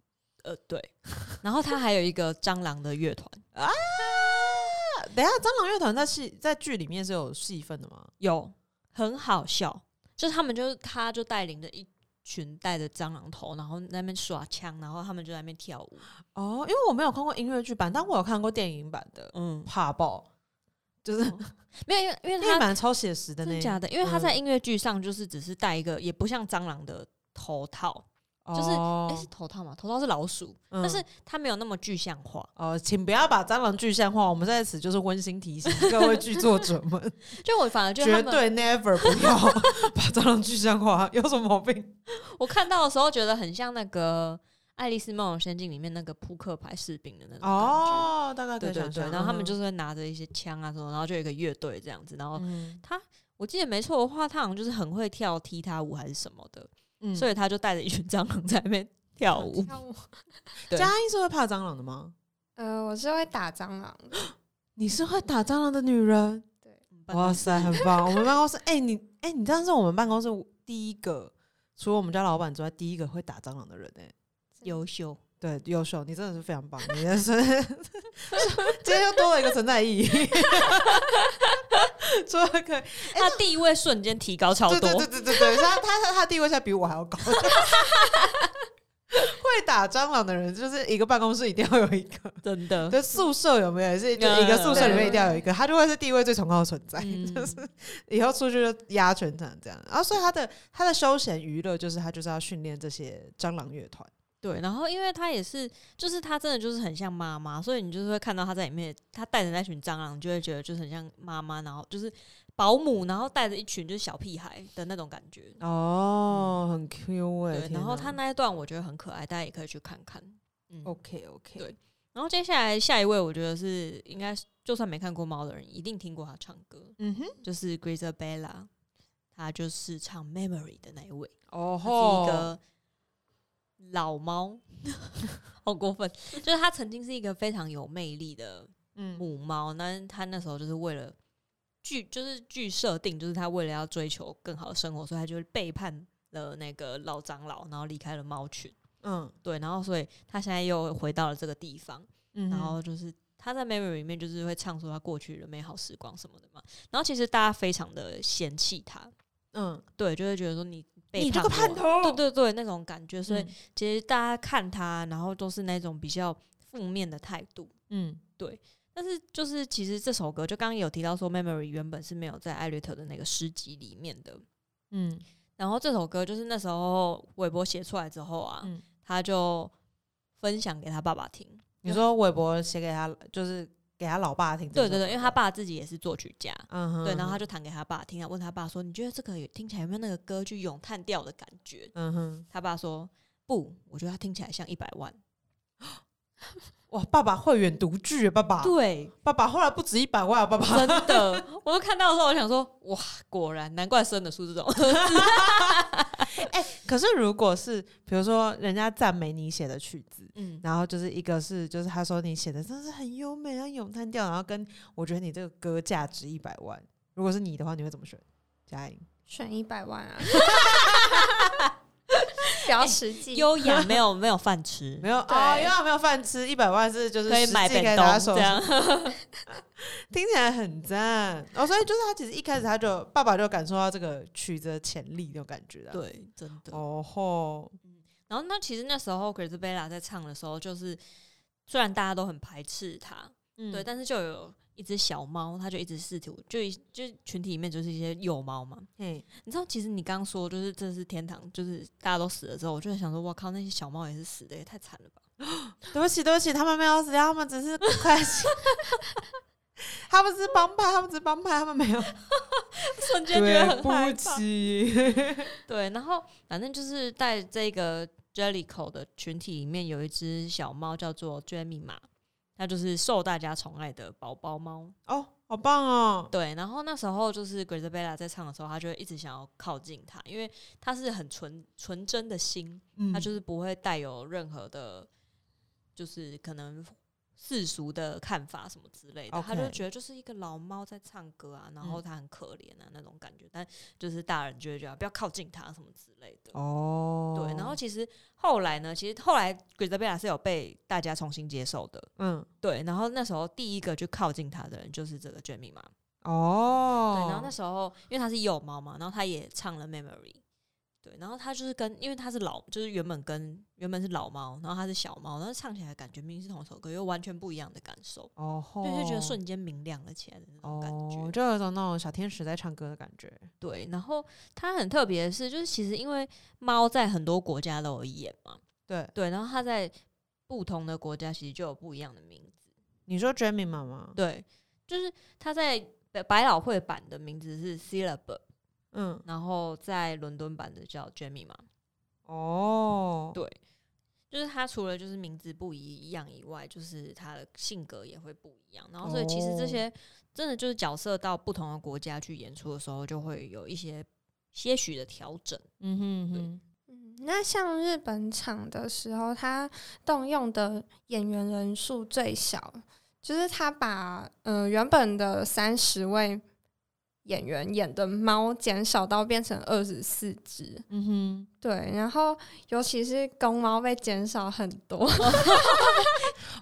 Speaker 2: 呃对， 然后他还有一个蟑螂的乐团，
Speaker 1: 啊等一下，蟑螂乐团在戏在剧里面是有戏份的吗？
Speaker 2: 有很好笑，就是他们就是他就带领着一群戴着蟑螂头，然后在那边耍枪，然后他们就在那边跳舞，
Speaker 1: 哦，因为我没有看过音乐剧版，但我有看过电影版的，
Speaker 2: 嗯，
Speaker 1: 怕爆，就是
Speaker 2: 没有，因为因为
Speaker 1: 电影
Speaker 2: 他
Speaker 1: 版超写实哦的
Speaker 2: 真
Speaker 1: 那
Speaker 2: 的
Speaker 1: 一
Speaker 2: 假的，因为他在
Speaker 1: 嗯
Speaker 2: 音乐剧上就是只是戴一个，也不像蟑螂的头套，就是
Speaker 1: 哦
Speaker 2: 哎、是头套嘛，头套是老鼠，
Speaker 1: 嗯
Speaker 2: 但是它没有那么具象化，
Speaker 1: 哦，请不要把蟑螂具象化，我们在此就是温馨提醒各位剧作者 们，
Speaker 2: 就我反而觉得他
Speaker 1: 绝
Speaker 2: 们
Speaker 1: 对 never 不要把蟑螂具象化，有什么毛病？
Speaker 2: 我看到的时候觉得很像那个《爱丽丝梦游仙境》里面那个扑克牌士兵的那种感觉。
Speaker 1: 哦，大概可
Speaker 2: 对
Speaker 1: 以
Speaker 2: 对
Speaker 1: 想嗯
Speaker 2: 对，
Speaker 1: 象，，
Speaker 2: 然后他们就是是会拿着一些枪啊什么，然后就有一个乐队这样子。然后
Speaker 1: 嗯
Speaker 2: 我记得没错的话，他好像就是很会跳踢踏舞还是什么的，
Speaker 1: 嗯
Speaker 2: 所以他就带着一群蟑螂在那边跳舞。对
Speaker 1: 佳音是会怕蟑螂的吗？
Speaker 3: 呃，我是会打蟑螂的，
Speaker 1: 你是会打蟑螂的女人，哇塞，很棒！我们办公室，哎、你，哎、你这样是我们办公室第一个，除了我们家老板之外，第一个会打蟑螂的人、哎。
Speaker 2: 优秀，
Speaker 1: 对，优秀，你真的是非常棒，你的是今天又多了一个存在意义，除了可以，
Speaker 2: 他地位瞬间提高超
Speaker 1: 哎对
Speaker 2: 多
Speaker 1: 对。对对对对，他他他他地位现在比我还要高。会打蟑螂的人，就是一个办公室一定要有一个，
Speaker 2: 真 的，
Speaker 1: 就宿舍有没有也是，就一个宿舍里面一定要有一个，他就会是地位最崇高的存在，
Speaker 2: 嗯
Speaker 1: 就是以后出去就压全场这样。然、后，所以他的他的休闲娱乐就是他就是要训练这些蟑螂乐团。
Speaker 2: 对，然后因为他也是，就是他真的就是很像妈妈，所以你就是会看到他在里面，他带着那群蟑螂，你就会觉得就是很像妈妈，然后就是保姆，然后带着一群就是小屁孩的那种感觉。
Speaker 1: 哦，很 Q 哎、
Speaker 2: 对，然后他
Speaker 1: 呢
Speaker 2: 那一段我觉得很可爱，大家也可以去看看。嗯，
Speaker 1: ？OK OK，
Speaker 2: 对然后接下来下一位，我觉得是应该是就算没看过猫的人，一定听过他唱歌，
Speaker 1: 嗯哼，
Speaker 2: 就是 g r i z a b e l l a 他就是唱 Memory 的那一位。
Speaker 1: 哦
Speaker 2: 它是一个老猫， 好过分！就是它曾经是一个非常有魅力的
Speaker 1: 嗯
Speaker 2: 母猫，那它那时候就是为了据就是据设定，就是它为了要追求更好的生活，所以它就是背叛了那个老长老，然后离开了猫群。
Speaker 1: 嗯
Speaker 2: 对，然后所以它现在又回到了这个地方，
Speaker 1: 嗯
Speaker 2: 然后就是。他在 memory 里面就是会唱出他过去的美好时光什么的嘛，然后其实大家非常的嫌弃他，
Speaker 1: 嗯，
Speaker 2: 对，就会觉得说你背
Speaker 1: 你这
Speaker 2: 叛
Speaker 1: 个
Speaker 2: 我
Speaker 1: 叛
Speaker 2: 了对
Speaker 1: 徒
Speaker 2: 对对，那种感觉。所以
Speaker 1: 哦嗯
Speaker 2: 其实大家看他，然后都是那种比较负面的态度。
Speaker 1: 嗯
Speaker 2: 但是就是其实这首歌，就刚刚有提到说，Memory 原本是没有在艾略特的那个诗集里面的。
Speaker 1: 嗯
Speaker 2: 然后这首歌就是那时候韦伯写出来之后啊，
Speaker 1: 嗯
Speaker 2: 他就分享给他爸爸听。
Speaker 1: 你说韦伯写给他，就是给他老爸听这
Speaker 2: 对
Speaker 1: 首歌，哦
Speaker 2: 对对，因为他爸自己也是作曲家，
Speaker 1: 嗯哼，
Speaker 2: 对，然后他
Speaker 1: 就
Speaker 2: 就弹给他爸听，啊然后问他爸说：“你觉得这个有听起来有没有那个歌剧咏叹调的感觉
Speaker 1: 嗯哼，？”
Speaker 2: 他爸说：“不，我觉得它听起来像一百万。
Speaker 1: 哇，爸爸慧远独具耶，爸爸，
Speaker 2: 对，
Speaker 1: 爸爸后来不止一百万啊，爸爸，
Speaker 2: 真的， 我都看到的时候，我想说：“哇，果然难怪生得出这种。
Speaker 1: 可是如果是比如说人家赞美你写的曲子”。
Speaker 2: 嗯，
Speaker 1: 然后就是一个是，就是他说你写的真的是很优美啊，咏叹调，然后跟我觉得你这个歌价值一百万，如果是你的话，你会怎么选？佳颖，
Speaker 3: 选一 百万啊，比较实际。
Speaker 2: 优雅没有没有饭吃，
Speaker 1: 没有
Speaker 3: 对
Speaker 1: 啊，因为他没有饭吃，一百万是就是
Speaker 2: 可以买
Speaker 1: 实际
Speaker 2: 便
Speaker 1: 拿
Speaker 2: 当
Speaker 1: 手
Speaker 2: 这样。
Speaker 1: 听起来很赞哦，所以就是他其实一开始他就爸爸就感受到这个曲子的潜力那种感觉的，，
Speaker 2: 对，真的。
Speaker 1: 哦吼，
Speaker 2: 然后那其实那时候 g r i z b e l l a 在唱的时候，就是虽然大家都很排斥他，
Speaker 1: 嗯
Speaker 2: 对，但是就有一只小猫，它就一直试图，就一就群体里面就是一些幼猫嘛。
Speaker 1: 嘿，
Speaker 2: 你知道，其实你刚说就是这是天堂，就是大家都死了之后，我就在想说，我靠，那些小猫也是死的，也太惨了吧。
Speaker 1: 对不起对不起，他们没有死掉，他们只是开心， 他们是帮派，他们只是帮派，他们没 有，
Speaker 2: 瞬间觉得很害
Speaker 1: 不
Speaker 2: 怕。
Speaker 1: 起，
Speaker 2: 对，然后反正就是在这个 Jellico 的群体里面，有一只小猫叫做 Jamie 嘛，它就是受大家宠爱的宝宝猫。
Speaker 1: 哦，好棒哦，
Speaker 2: 对，然后那时候就是 Grisabella 在唱的时候，他就会一直想要靠近他，因为他是很纯纯真的心，
Speaker 1: 嗯
Speaker 2: 他就是不会带有任何的，就是可能世俗的看法什么之类的。他就
Speaker 1: OK
Speaker 2: 觉得就是一个老猫在唱歌啊，然后他很可怜啊那种感觉，但就是大人就会觉得不要靠近他什么之类的。
Speaker 1: 哦，
Speaker 2: 对，然后其实后来呢，其实后来 Grisabella 是有被大家重新接受的。
Speaker 1: 嗯，
Speaker 2: 对，然后那时候第一个就靠近他的人就是这个 Jamie 嘛。
Speaker 1: 哦，
Speaker 2: 对，然后那时候因为它是幼猫嘛，然后它也唱了 Memory。对，然后它就是跟，因为它是老，就是原本跟原本是老猫，然后它是小猫，然后唱起来感觉明明是同一首歌，又完全不一样的感受，
Speaker 1: 哦吼，
Speaker 2: 对，就觉得瞬间明亮了起来的那种感觉。
Speaker 1: 哦，就有一种那种小天使在唱歌的感觉，
Speaker 2: 对，然后它很特别的是，就是其实因为猫在很多国家都有演嘛，
Speaker 1: 对，
Speaker 2: 对，然后它在不同的国家其实就有不一样的名字，
Speaker 1: 你说 Jamie 妈妈，
Speaker 2: 对，就是它在百百老汇版的名字是 Syllable。
Speaker 1: 嗯，
Speaker 2: 然后在伦敦版的叫 Jamie 嘛，
Speaker 1: 哦，
Speaker 2: 对就是他除了就是名字不一样以外，就是他的性格也会不一样。然后所以其实这些真的就是角色到不同的国家去演出的时候，就会有一些些许的调整。
Speaker 1: 嗯哼
Speaker 2: 对
Speaker 1: 哼，
Speaker 3: 嗯那像日本场的时候，他动用的演员人数最少，就是他把呃原本的三十位演员演的猫减少到变成二十四只，
Speaker 1: 嗯哼。
Speaker 3: 对，然后尤其是公猫被减少很多，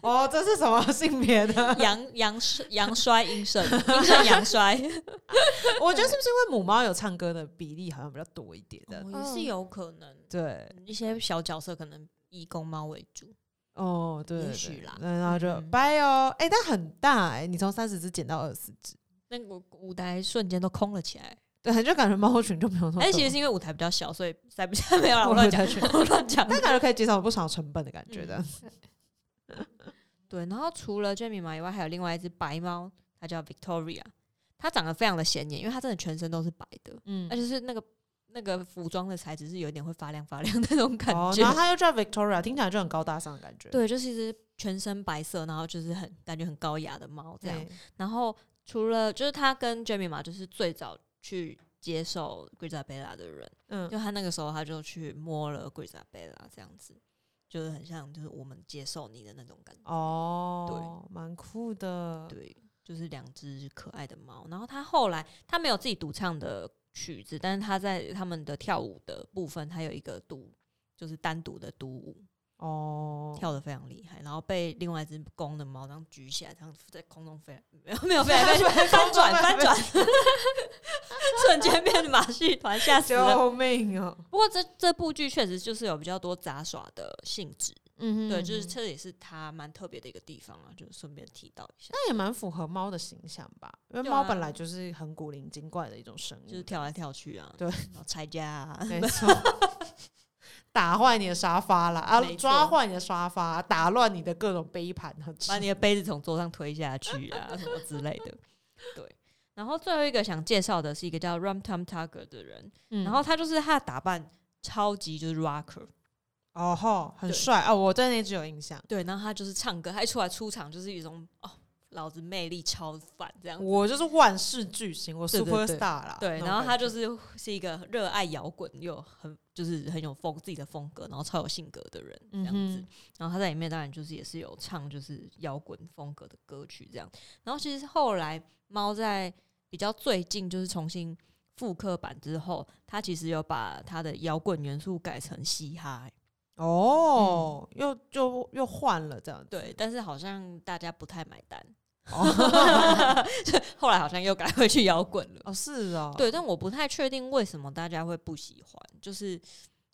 Speaker 1: 哦，这是什么性别的？
Speaker 2: 阳阳衰阳衰阴盛，阴盛阳衰
Speaker 1: 我觉得是不是因为母猫有唱歌的比例好像比较多一点的？
Speaker 2: 也是有可能。嗯
Speaker 1: 对，
Speaker 2: 一些小角色可能以公猫为主，
Speaker 1: 哦，对，
Speaker 2: 也
Speaker 1: 对
Speaker 2: 许啦
Speaker 1: 嗯然后就
Speaker 2: 嗯
Speaker 1: 拜哦，哎，但很大哎，你从三十只减到二十只，
Speaker 2: 那个舞台瞬间都空了起来。
Speaker 1: 对，就感觉猫群就没有那么多。
Speaker 2: 但其实是因为舞台比较小，所以塞不下。没 有啦，哦我乱讲
Speaker 1: 舞台群，
Speaker 2: 我乱讲。
Speaker 1: 但感觉可以减少不少成本的感觉 的
Speaker 2: 嗯。对，然后除了 Jamie 嘛以外，还有另外一只白猫，它叫 Victoria，它长得非常的显眼，因为它真的全身都是白的，
Speaker 1: 嗯
Speaker 2: 而且是那个那个服装的材质是有一点会发亮发亮的那种感
Speaker 1: 哦，
Speaker 2: 觉。
Speaker 1: 然后它又叫 Victoria，听起来就很高大上的感觉。
Speaker 2: 对，就是一只全身白色，然后就是很感觉很高雅的猫这
Speaker 1: 对，
Speaker 2: 样。然后除了就是它跟 Jamie 嘛，就是最早去接受 Grisabella 的人，
Speaker 1: 嗯
Speaker 2: 就他那个时候他就去摸了 Grisabella 这样子，就是很像就是我们接受你的那种感觉。
Speaker 1: 哦，对，蛮酷的。
Speaker 2: 对，就是两只可爱的猫。然后它后来它没有自己独唱的曲子，但是它在他们的跳舞的部分，它有一个独，就是单独的独舞。
Speaker 1: 哦，
Speaker 2: 跳得非常厉害，然后被另外一只公的猫这样举起来，这样在空中飞来，没有没有飞来飞 去，翻转翻转， 瞬间变马戏团，吓死了。
Speaker 1: 救命哦！
Speaker 2: 不过这这部剧确实就是有比较多杂耍的性质，
Speaker 1: 嗯
Speaker 2: 对，就是这也是它蛮特别的一个地方啊，就顺便提到一下，
Speaker 1: 那也蛮符合猫的形象吧，因为
Speaker 2: 对
Speaker 1: 猫
Speaker 2: 啊
Speaker 1: 本来就是很古灵精怪的一种生物，
Speaker 2: 就是跳来跳去啊，
Speaker 1: 对
Speaker 2: 然后拆家啊，
Speaker 1: 没错， 打坏你的沙发啦，啊
Speaker 2: 没，错
Speaker 1: 抓坏你的沙发，打乱你的各种杯盘和
Speaker 2: 把
Speaker 1: 纸。
Speaker 2: 你的杯子从桌上推下去 啊，什么之类的。对，然后最后一个想介绍的是一个叫 Ram Tam Tugger 的人，
Speaker 1: 嗯
Speaker 2: 然后他就是他的打扮超级就是 rocker，
Speaker 1: 哦吼，很
Speaker 2: 对
Speaker 1: 帅哦，我对那只有印象。
Speaker 2: 对，然后他就是唱歌，他一出来出场就是有一种哦，老子魅力超凡这样子。
Speaker 1: 我就是万事巨星，我
Speaker 2: 对对对
Speaker 1: super star 啦。
Speaker 2: 对，
Speaker 1: 那种
Speaker 2: 然后他
Speaker 1: 感觉
Speaker 2: 就是是一个热爱摇滚又很就是很有风自己的风格，然后超有性格的人这样子。
Speaker 1: 嗯哼
Speaker 2: 然后他在里面当然就是也是有唱就是摇滚风格的歌曲这样。然后其实后来猫在比较最近就是重新复刻版之后，他其实有把他的摇滚元素改成嘻哈、欸
Speaker 1: 哦，又就又换了这样子。
Speaker 2: 嗯对，但是好像大家不太买单，
Speaker 1: 哦，
Speaker 2: 后来好像又改回去摇滚了。
Speaker 1: 哦是哦，
Speaker 2: 对，但我不太确定为什么大家会不喜欢，就是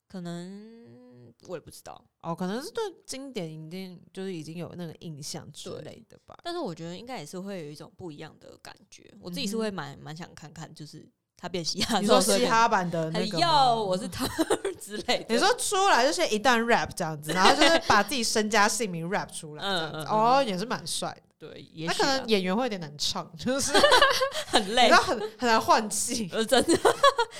Speaker 2: 可能我也不知道。
Speaker 1: 哦，可能是对经典已经就是已经有那个印象之
Speaker 2: 对
Speaker 1: 类的吧。
Speaker 2: 但是我觉得应该也是会有一种不一样的感觉。我自己是
Speaker 1: 嗯哼
Speaker 2: 会蛮蛮想看看，就是他变嘻哈
Speaker 1: 你
Speaker 2: 之后
Speaker 1: 说
Speaker 2: 是会
Speaker 1: 嘻
Speaker 2: 变，
Speaker 1: 哈版的
Speaker 2: 还
Speaker 1: 那
Speaker 2: 是
Speaker 1: 个
Speaker 2: 要
Speaker 1: 吗
Speaker 2: 我是他 之类的。
Speaker 1: 你说出来就是一段 rap 这样子， 然后就是把自己身家姓名 rap 出来这样
Speaker 2: 嗯嗯
Speaker 1: 子，
Speaker 2: 嗯
Speaker 1: 哦，也是蛮帅的。
Speaker 2: 对，也
Speaker 1: 那
Speaker 2: 许
Speaker 1: 可
Speaker 2: 啊
Speaker 1: 能演员会有点难唱，就是
Speaker 2: 很
Speaker 1: 你
Speaker 2: 累
Speaker 1: 知道，很很难换 气。
Speaker 2: 呃，真的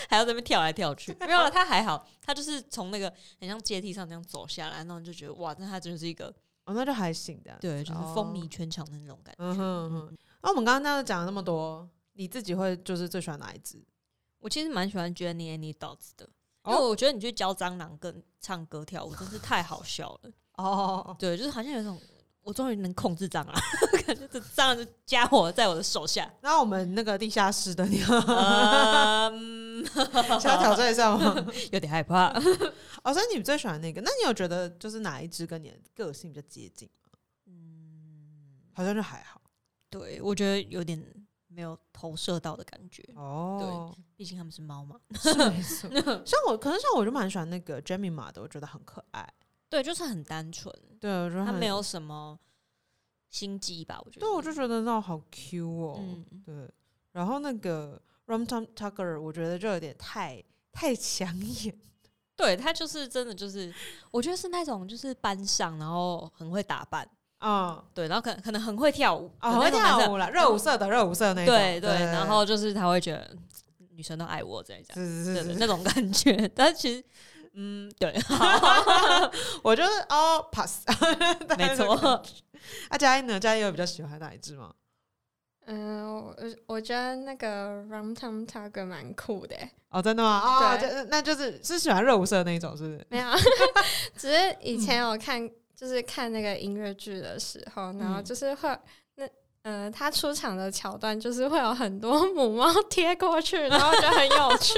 Speaker 2: 还要在那边跳来跳去。没有了，他还好，他就是从那个很像阶梯上这样走下来，然后你就觉得哇，那他真的是一个
Speaker 1: 哦，那就还行的。
Speaker 2: 对，就是风靡
Speaker 1: 哦。
Speaker 2: 全场的那种感觉。
Speaker 1: 嗯哼嗯哼。那我们刚刚那样讲了那么多，你自己会就是最喜欢哪一支？
Speaker 2: 我其实蛮喜欢 Jenny Any Dots 的，因
Speaker 1: 哦
Speaker 2: 为我觉得你去教蟑螂跟唱歌跳舞真是太好笑了。
Speaker 1: 哦，
Speaker 2: 对，就是好像有一种我终于能控制蟑螂， 感觉这蟑螂这家伙在我的手下。
Speaker 1: 那我们那个地下室的，你要
Speaker 2: 嗯，
Speaker 1: 想要挑战一下吗？
Speaker 2: 有点害怕。
Speaker 1: 哦，所以你最喜欢那个？那你有觉得就是哪一支跟你的个性比较接近？
Speaker 2: 嗯，
Speaker 1: 好像就还好。
Speaker 2: 对，我觉得有点没有投射到的感觉，
Speaker 1: 哦，
Speaker 2: 毕竟他们是猫嘛。
Speaker 1: 是没错。像我，可能像我就蛮喜欢那个 Jemima 的，我觉得很可爱。
Speaker 2: 对，就是很单纯，
Speaker 1: 对，我觉得
Speaker 2: 它
Speaker 1: 很
Speaker 2: 没。有什么心机吧？我觉得。
Speaker 1: 对，我就觉得那种好 Q 哦。
Speaker 2: 嗯，
Speaker 1: 对，然后那个 Rum Tum Tucker，我觉得就有点太太抢眼。
Speaker 2: 对，它就是真的就是，我觉得是那种就是班上，然后很会打扮，
Speaker 1: 嗯，
Speaker 2: 对，然后可能可能很会跳舞，
Speaker 1: 啊，
Speaker 2: 的
Speaker 1: 很
Speaker 2: 那
Speaker 1: 会
Speaker 2: 种男生
Speaker 1: 跳舞啦，热舞社的热舞社那种。
Speaker 2: 对对，然后就是他会觉得嗯女生都爱我这样这样，
Speaker 1: 是是
Speaker 2: 对
Speaker 1: 是
Speaker 2: 对
Speaker 1: 是，
Speaker 2: 那种感觉。但 其实，嗯，对，
Speaker 1: 我觉得哦 pass，大 概
Speaker 2: 没
Speaker 1: 是这个。
Speaker 2: 错，
Speaker 1: 啊，佳音呢？佳音有比较喜欢哪一支吗？
Speaker 3: 嗯、我我觉得那个 Rum Tum Tugger 蛮酷的欸，
Speaker 1: 哦，真的吗？啊，
Speaker 3: 对
Speaker 1: 就那就是是喜欢热舞社那一种，是不 是？
Speaker 3: 没有，只是以前有看，就是看那个音乐剧的时候，然后
Speaker 2: 嗯
Speaker 3: 就是会那呃，他出场的桥段就是会有很多母猫贴过去，然
Speaker 2: 哦
Speaker 3: 后就很有趣，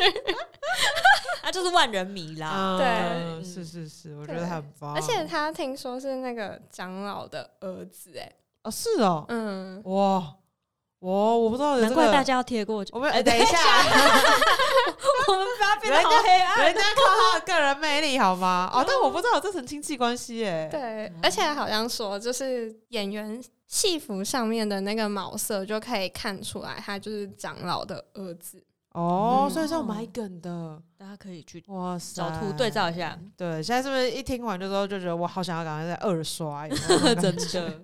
Speaker 2: 他就是万人迷
Speaker 1: 嗯
Speaker 2: 啦。对
Speaker 1: 是是是，我觉
Speaker 3: 对
Speaker 1: 得很棒。
Speaker 3: 而且他听说是那个长老的儿子，哎，
Speaker 1: 哦，是哦，
Speaker 3: 嗯，
Speaker 1: 哇，我我不知道有
Speaker 2: 难
Speaker 1: 哦这
Speaker 2: 怪
Speaker 1: 个
Speaker 2: 大家要贴 过去，
Speaker 1: 我们
Speaker 2: 哎
Speaker 1: 哎等一下，
Speaker 2: 我们把它变得
Speaker 1: 人
Speaker 2: 好
Speaker 1: 家
Speaker 2: 黑暗。
Speaker 1: 人家靠他的个人魅力好吗？哦，但我不知道有这层亲戚关系耶。
Speaker 3: 对，而且好像说就是演员戏服上面的那个毛色就可以看出来，他就是长老的儿子。
Speaker 1: 哦，
Speaker 2: 嗯
Speaker 1: 所以是要买梗的，
Speaker 2: 大家可以去
Speaker 1: 哇塞，
Speaker 2: 找图对照一下，
Speaker 1: 对，现在是不是一听完就之后就觉得我好想要赶快再二刷？有没 有 那种
Speaker 2: 真
Speaker 1: 感觉
Speaker 2: 的。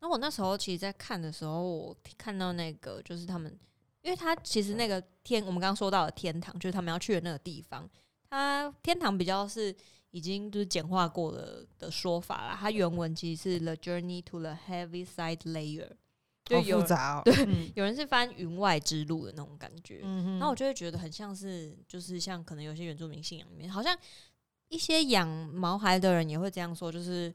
Speaker 2: 那我那时候其实，在看的时候，我看到那个就是他们，因为他其实那个天，我们刚刚说到的天堂，就是他们要去的那个地方，它天堂比较是已经就是简化过的的说法啦。它原文其实是 The Journey to the Heavy Side Layer，就
Speaker 1: 好
Speaker 2: 有嗯
Speaker 1: 复杂哦。对，
Speaker 2: 有人是翻云外之路的那种感觉。
Speaker 1: 嗯
Speaker 2: 然后我就会觉得很像是，就是像可能有些原住民信仰里面，好像一些养毛孩的人也会这样说，就是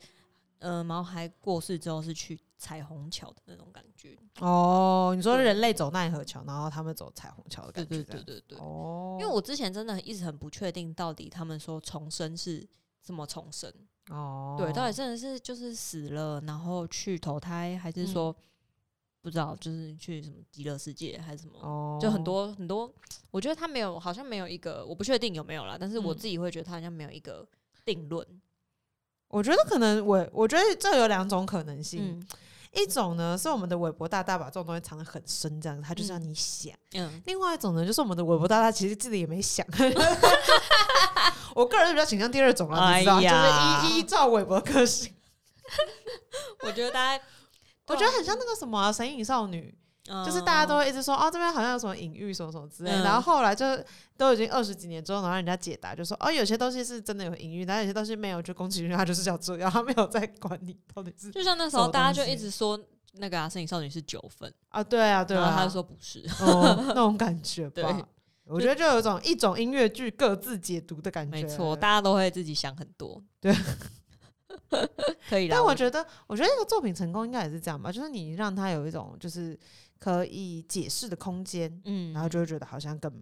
Speaker 2: 呃，毛孩过世之后是去彩虹桥的那种感觉。
Speaker 1: 哼哦，你说人类走奈何桥，然后他们走彩虹桥的
Speaker 2: 对
Speaker 1: 感觉，
Speaker 2: 对对对对。
Speaker 1: 哦，
Speaker 2: 因为我之前真的一直很不确定，到底他们说重生是怎么重生，
Speaker 1: 哦，
Speaker 2: 对，到底真的是就是死了，然后去投胎，还是说、不知道，就是去什么极乐世界还是什么？
Speaker 1: 哦，
Speaker 2: 就很多很多，我觉得他没有，好像没有一个，我不确定有没有啦，但是我
Speaker 1: 嗯
Speaker 2: 自己会觉得他好像没有一个定论。
Speaker 1: 我觉得可能我我觉得这有两种可能性，
Speaker 2: 嗯
Speaker 1: 一种呢是我们的韦伯大大把这种东西藏得很深，这样子他就是让
Speaker 2: 嗯
Speaker 1: 你想；
Speaker 2: 嗯，
Speaker 1: 另外一种呢就是我们的韦伯大大其实自己也没 想。 我个人是比较倾向第二种啦，你知道，
Speaker 2: 哎呀
Speaker 1: 就是依依照韦伯个性。
Speaker 2: 嗯 我觉得大家，
Speaker 1: 我觉得很像那个什么啊、神隐少女》， 就是大家都会一直说哦，这边好像有什么隐喻什么什么之类的，
Speaker 2: 嗯
Speaker 1: 然后后来就都已经二十几年之后，然后人家解答就说哦，有些东西是真的有隐喻，但有些东西没有，就宫崎骏他就是要这样，他没有在管你到底是
Speaker 2: 就像那时
Speaker 1: 什
Speaker 2: 候
Speaker 1: 么
Speaker 2: 大家
Speaker 1: 东
Speaker 2: 就一
Speaker 1: 西
Speaker 2: 直说那个啊，《摄影少女》是九分，
Speaker 1: 啊，对啊，对
Speaker 2: 然
Speaker 1: 啊，
Speaker 2: 后他就说不是，
Speaker 1: 哦那种感觉
Speaker 2: 对
Speaker 1: 吧。我觉得就有一种一种音乐剧各自解读的感觉，
Speaker 2: 没错，大家都会自己想很多。
Speaker 1: 对，
Speaker 2: 可以啦。
Speaker 1: 但我觉得，我觉得一个作品成功应该也是这样吧，就是你让它有一种就是可以解释的空间，
Speaker 2: 嗯，
Speaker 1: 然后就会觉得好像更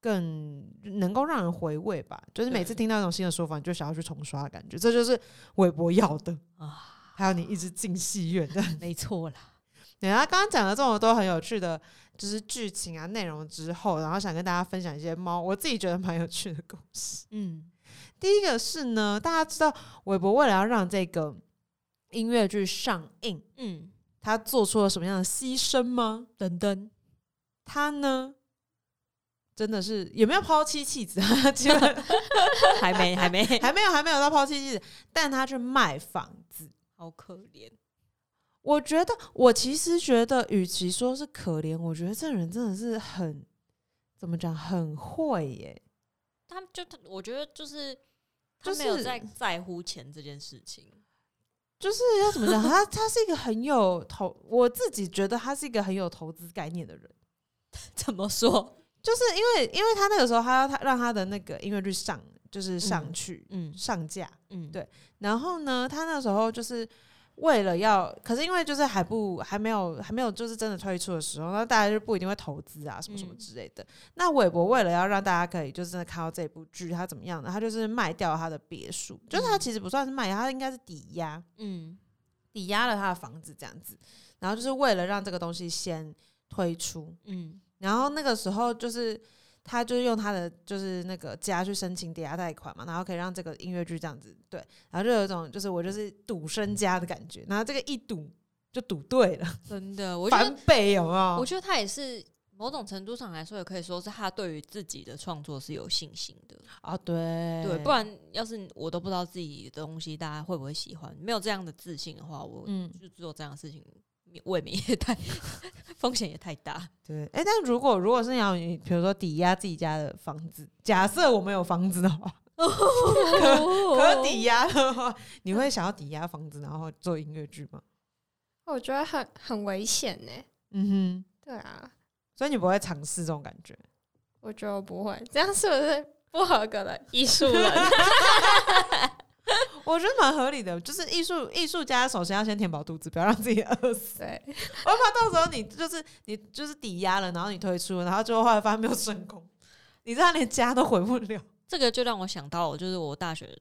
Speaker 1: 更能够让人回味吧。就是每次
Speaker 2: 对
Speaker 1: 听到一种新的说法，你就想要去重刷的感觉，这就是韦伯要的
Speaker 2: 啊，
Speaker 1: 还有你一直进戏院的。
Speaker 2: 没错啦。
Speaker 1: 对，他刚刚讲了这么多很有趣的，就是剧情啊内容之后，然后想跟大家分享一些猫我自己觉得蛮有趣的故事。
Speaker 2: 嗯
Speaker 1: 第一个是呢，大家知道韦伯为了要让这个音乐剧上映，
Speaker 2: 嗯，
Speaker 1: 他做出了什么样的牺牲吗？
Speaker 2: 等等，
Speaker 1: 他呢，真的是也没有抛妻弃子，啊， 基本，
Speaker 2: 还没还没
Speaker 1: 还没有还没有到抛妻弃子，但他去卖房子。
Speaker 2: 好可 怜。
Speaker 1: 我觉得，我其实觉得，与其说是可怜，我觉得这人真的是很怎么讲，很会耶。
Speaker 2: 他们就他，我觉得就是他
Speaker 1: 就
Speaker 2: 没有
Speaker 1: 是
Speaker 2: 在在乎钱这件事情。
Speaker 1: 就是要怎么讲，他他是一个很有投，我自己觉得他是一个很有投资概念的人。
Speaker 2: 怎么说？
Speaker 1: 就是因为因为他那个时候他要他让他的那个音乐剧上就是上
Speaker 2: 嗯
Speaker 1: 去、
Speaker 2: 嗯
Speaker 1: 上架，
Speaker 2: 嗯
Speaker 1: 对然后呢，他那时候就是为了要，可是因为就是还不还没有还没有就是真的推出的时候，那大家就不一定会投资啊什么什么
Speaker 2: 嗯
Speaker 1: 之类的。那韦伯为了要让大家可以就真的看到这部剧，他怎么样呢？他就是卖掉他的别墅，就是他
Speaker 2: 嗯
Speaker 1: 其实不算是卖掉，他应该是抵押，
Speaker 2: 嗯
Speaker 1: 抵押了他的房子这样子，然后就是为了让这个东西先推出，
Speaker 2: 嗯
Speaker 1: 然后那个时候就是他就是用他的就是那个家去申请抵押贷款嘛，然后可以让这个音乐剧这样子对，然后就有一种就是我就是赌身家的感觉，然后这个一赌就赌对了，
Speaker 2: 真的，我觉
Speaker 1: 翻
Speaker 2: 得
Speaker 1: 倍有没有
Speaker 2: 我？觉得他也是某种程度上来说，也可以说是他对于自己的创作是有信心的。
Speaker 1: 啊，对
Speaker 2: 对，不然要是我都不知道自己的东西大家会不会喜欢，没有这样的自信的话，我
Speaker 1: 嗯
Speaker 2: 就做这样的事情，未免也太 风险也太 大。
Speaker 1: 对，哎，但如果如果是要你比如说抵押自己家的房子，假设我们有房子的话，
Speaker 2: 哦
Speaker 1: 可抵押的话，你会想要抵押房子然后做音乐剧吗？
Speaker 3: 哦我觉得很很危险呢、
Speaker 1: 嗯哼，
Speaker 3: 对啊，
Speaker 1: 所以你不会尝试这种感觉。
Speaker 3: 我觉得我不会，这样是不是不合格的艺术 人？
Speaker 1: 我觉得蛮合理的，就是艺术艺术家首先要先填饱肚子，不要让自己饿死。
Speaker 3: 对，
Speaker 1: 我怕到时候你就是你就是抵押了，然后你退出，然后最后后来发现没有成功，你这样连家都回不了。
Speaker 2: 这个就让我想到，就是我大学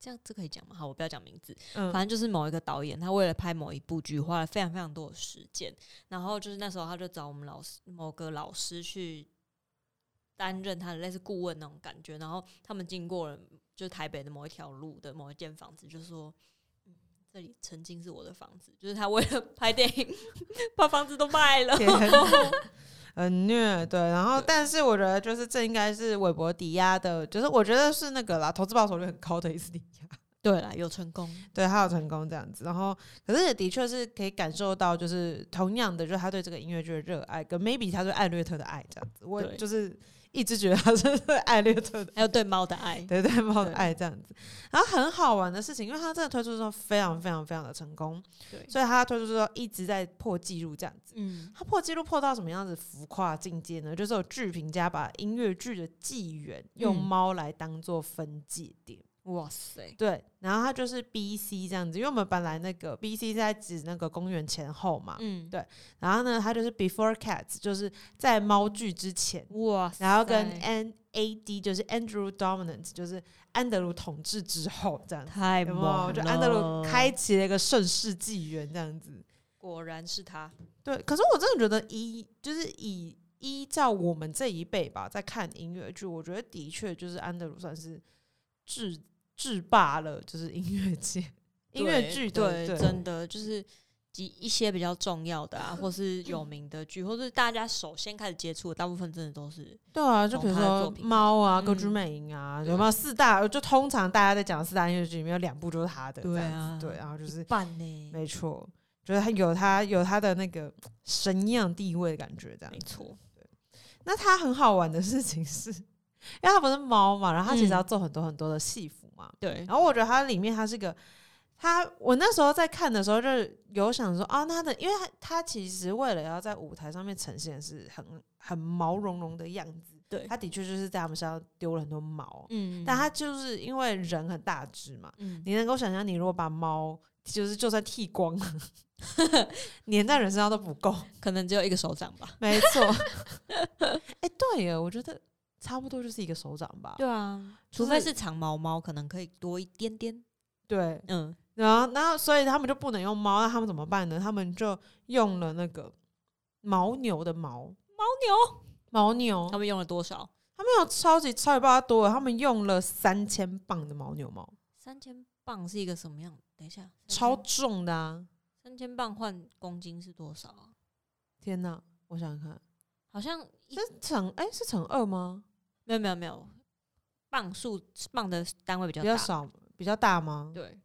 Speaker 2: 这样这可以讲吗？好，我不要讲名字，
Speaker 1: 嗯
Speaker 2: 反正就是某一个导演，他为了拍某一部剧，花了非常非常多的时间。然后就是那时候，他就找我们老师某个老师去担任他的类似顾问那种感觉。然后他们经过了就是台北的某一条路的某一间房子，就说。嗯这里曾经是我的房子，就是他为了拍电影， 把房子都卖了。
Speaker 1: 天 哪，很虐对。然后，但是我觉得就是这应该是韦伯抵押的，就是我觉得是那个啦，投资报酬率很高的一次抵押。
Speaker 2: 对了，有成功，
Speaker 1: 对，他有成功这样子，然后可是也的确是可以感受到，就是同样的，就是他对这个音乐剧的热爱，跟 maybe 他对艾略特的爱这样子。我
Speaker 2: 对
Speaker 1: 就是一直觉得他是对艾略特的，
Speaker 2: 还有对猫的爱。
Speaker 1: 对对猫的
Speaker 2: 对
Speaker 1: 爱这样子。然后很好玩的事情，因为他真的推出之后非常非常非常的成功，
Speaker 2: 对，
Speaker 1: 所以他推出之后一直在破纪录这样子。
Speaker 2: 嗯，
Speaker 1: 他破纪录破到什么样子浮夸境界呢？就是有剧评家把音乐剧的纪元用
Speaker 2: 嗯
Speaker 1: 猫来当做分界点。
Speaker 2: 哇塞，
Speaker 1: 对，然后它就是 B C 这样子，因为我们本来那个 B C 在指那个公元前后嘛，
Speaker 2: 嗯，
Speaker 1: 啊对然后呢，它就是 Before Cats，就是在猫剧之前，
Speaker 2: 哇塞，
Speaker 1: 然后跟 An A.D. 就是 Andrew Dominance，就是安德鲁统治之后这样子，
Speaker 2: 太
Speaker 1: 有没有？
Speaker 2: 猛
Speaker 1: 就安德鲁
Speaker 2: 了
Speaker 1: 开，启了一个盛世纪元这样子。
Speaker 2: 果然是他。
Speaker 1: 对，可是我真的觉得依就是以依照我们这一辈吧，在看音乐剧，我觉得的确就是安德鲁算是制制霸了，就是音乐界音乐剧的
Speaker 2: 对，
Speaker 1: 对
Speaker 2: 真的就是几一些比较重要的啊，或是有名的剧，或是大家首先开始接触的，大部分真的都是
Speaker 1: 对啊，就比
Speaker 2: 从
Speaker 1: 如
Speaker 2: 他的
Speaker 1: 说
Speaker 2: 作品
Speaker 1: 猫啊、歌
Speaker 2: 嗯
Speaker 1: 剧魅影啊，有没有四大？就通常大家在讲四大音乐剧里面有两部就是他的，这
Speaker 2: 对
Speaker 1: 样
Speaker 2: 啊
Speaker 1: 子对，然后就是
Speaker 2: 半呢，
Speaker 1: 没错，就是他有他有他的那个神一样地位的感觉，这样
Speaker 2: 没
Speaker 1: 子
Speaker 2: 错，
Speaker 1: 那它很好玩的事情是， 因为它不是猫嘛，然后它其实
Speaker 2: 嗯
Speaker 1: 要做很多很多的戏服嘛。
Speaker 2: 对，
Speaker 1: 然后我觉得它里面它是个，它我那时候在看的时候就是有想说啊，那它的，因为它它其实为了要在舞台上面呈现是很很毛茸茸的样子，
Speaker 2: 对
Speaker 1: 它的确就是在他们身上丢了很多毛，
Speaker 2: 嗯
Speaker 1: 但它就是因为人很大只嘛，
Speaker 2: 嗯，
Speaker 1: 你能够想象你如果把猫就是就算剃光 了，粘在人身上都不够。
Speaker 2: 可能只有一个手掌吧。
Speaker 1: 没 错。哎、对耶，我觉得差不多就是一个手掌吧。
Speaker 2: 对啊，
Speaker 1: 就
Speaker 2: 除非
Speaker 1: 是
Speaker 2: 是长毛猫，可能可以多一点点。
Speaker 1: 对，
Speaker 2: 嗯，
Speaker 1: 然后然后所以他们就不能用猫，那他们怎么办呢？他们就用了那个牦牛的毛，
Speaker 2: 牦牛，
Speaker 1: 牦牛，
Speaker 2: 他们用了多少？
Speaker 1: 他们有超级超级爆炸多了，他们用了三千磅的牦牛毛，
Speaker 2: 三千磅是一个什么样？等一下，
Speaker 1: 超重的啊！
Speaker 2: 三千磅换公斤是多少啊？
Speaker 1: 天哪，我想想看，
Speaker 2: 好像一
Speaker 1: 是乘哎、是乘二吗？
Speaker 2: 没有没有没有，磅数磅的单位比较
Speaker 1: 比较
Speaker 2: 大
Speaker 1: 少，比较大吗？哦
Speaker 2: 对，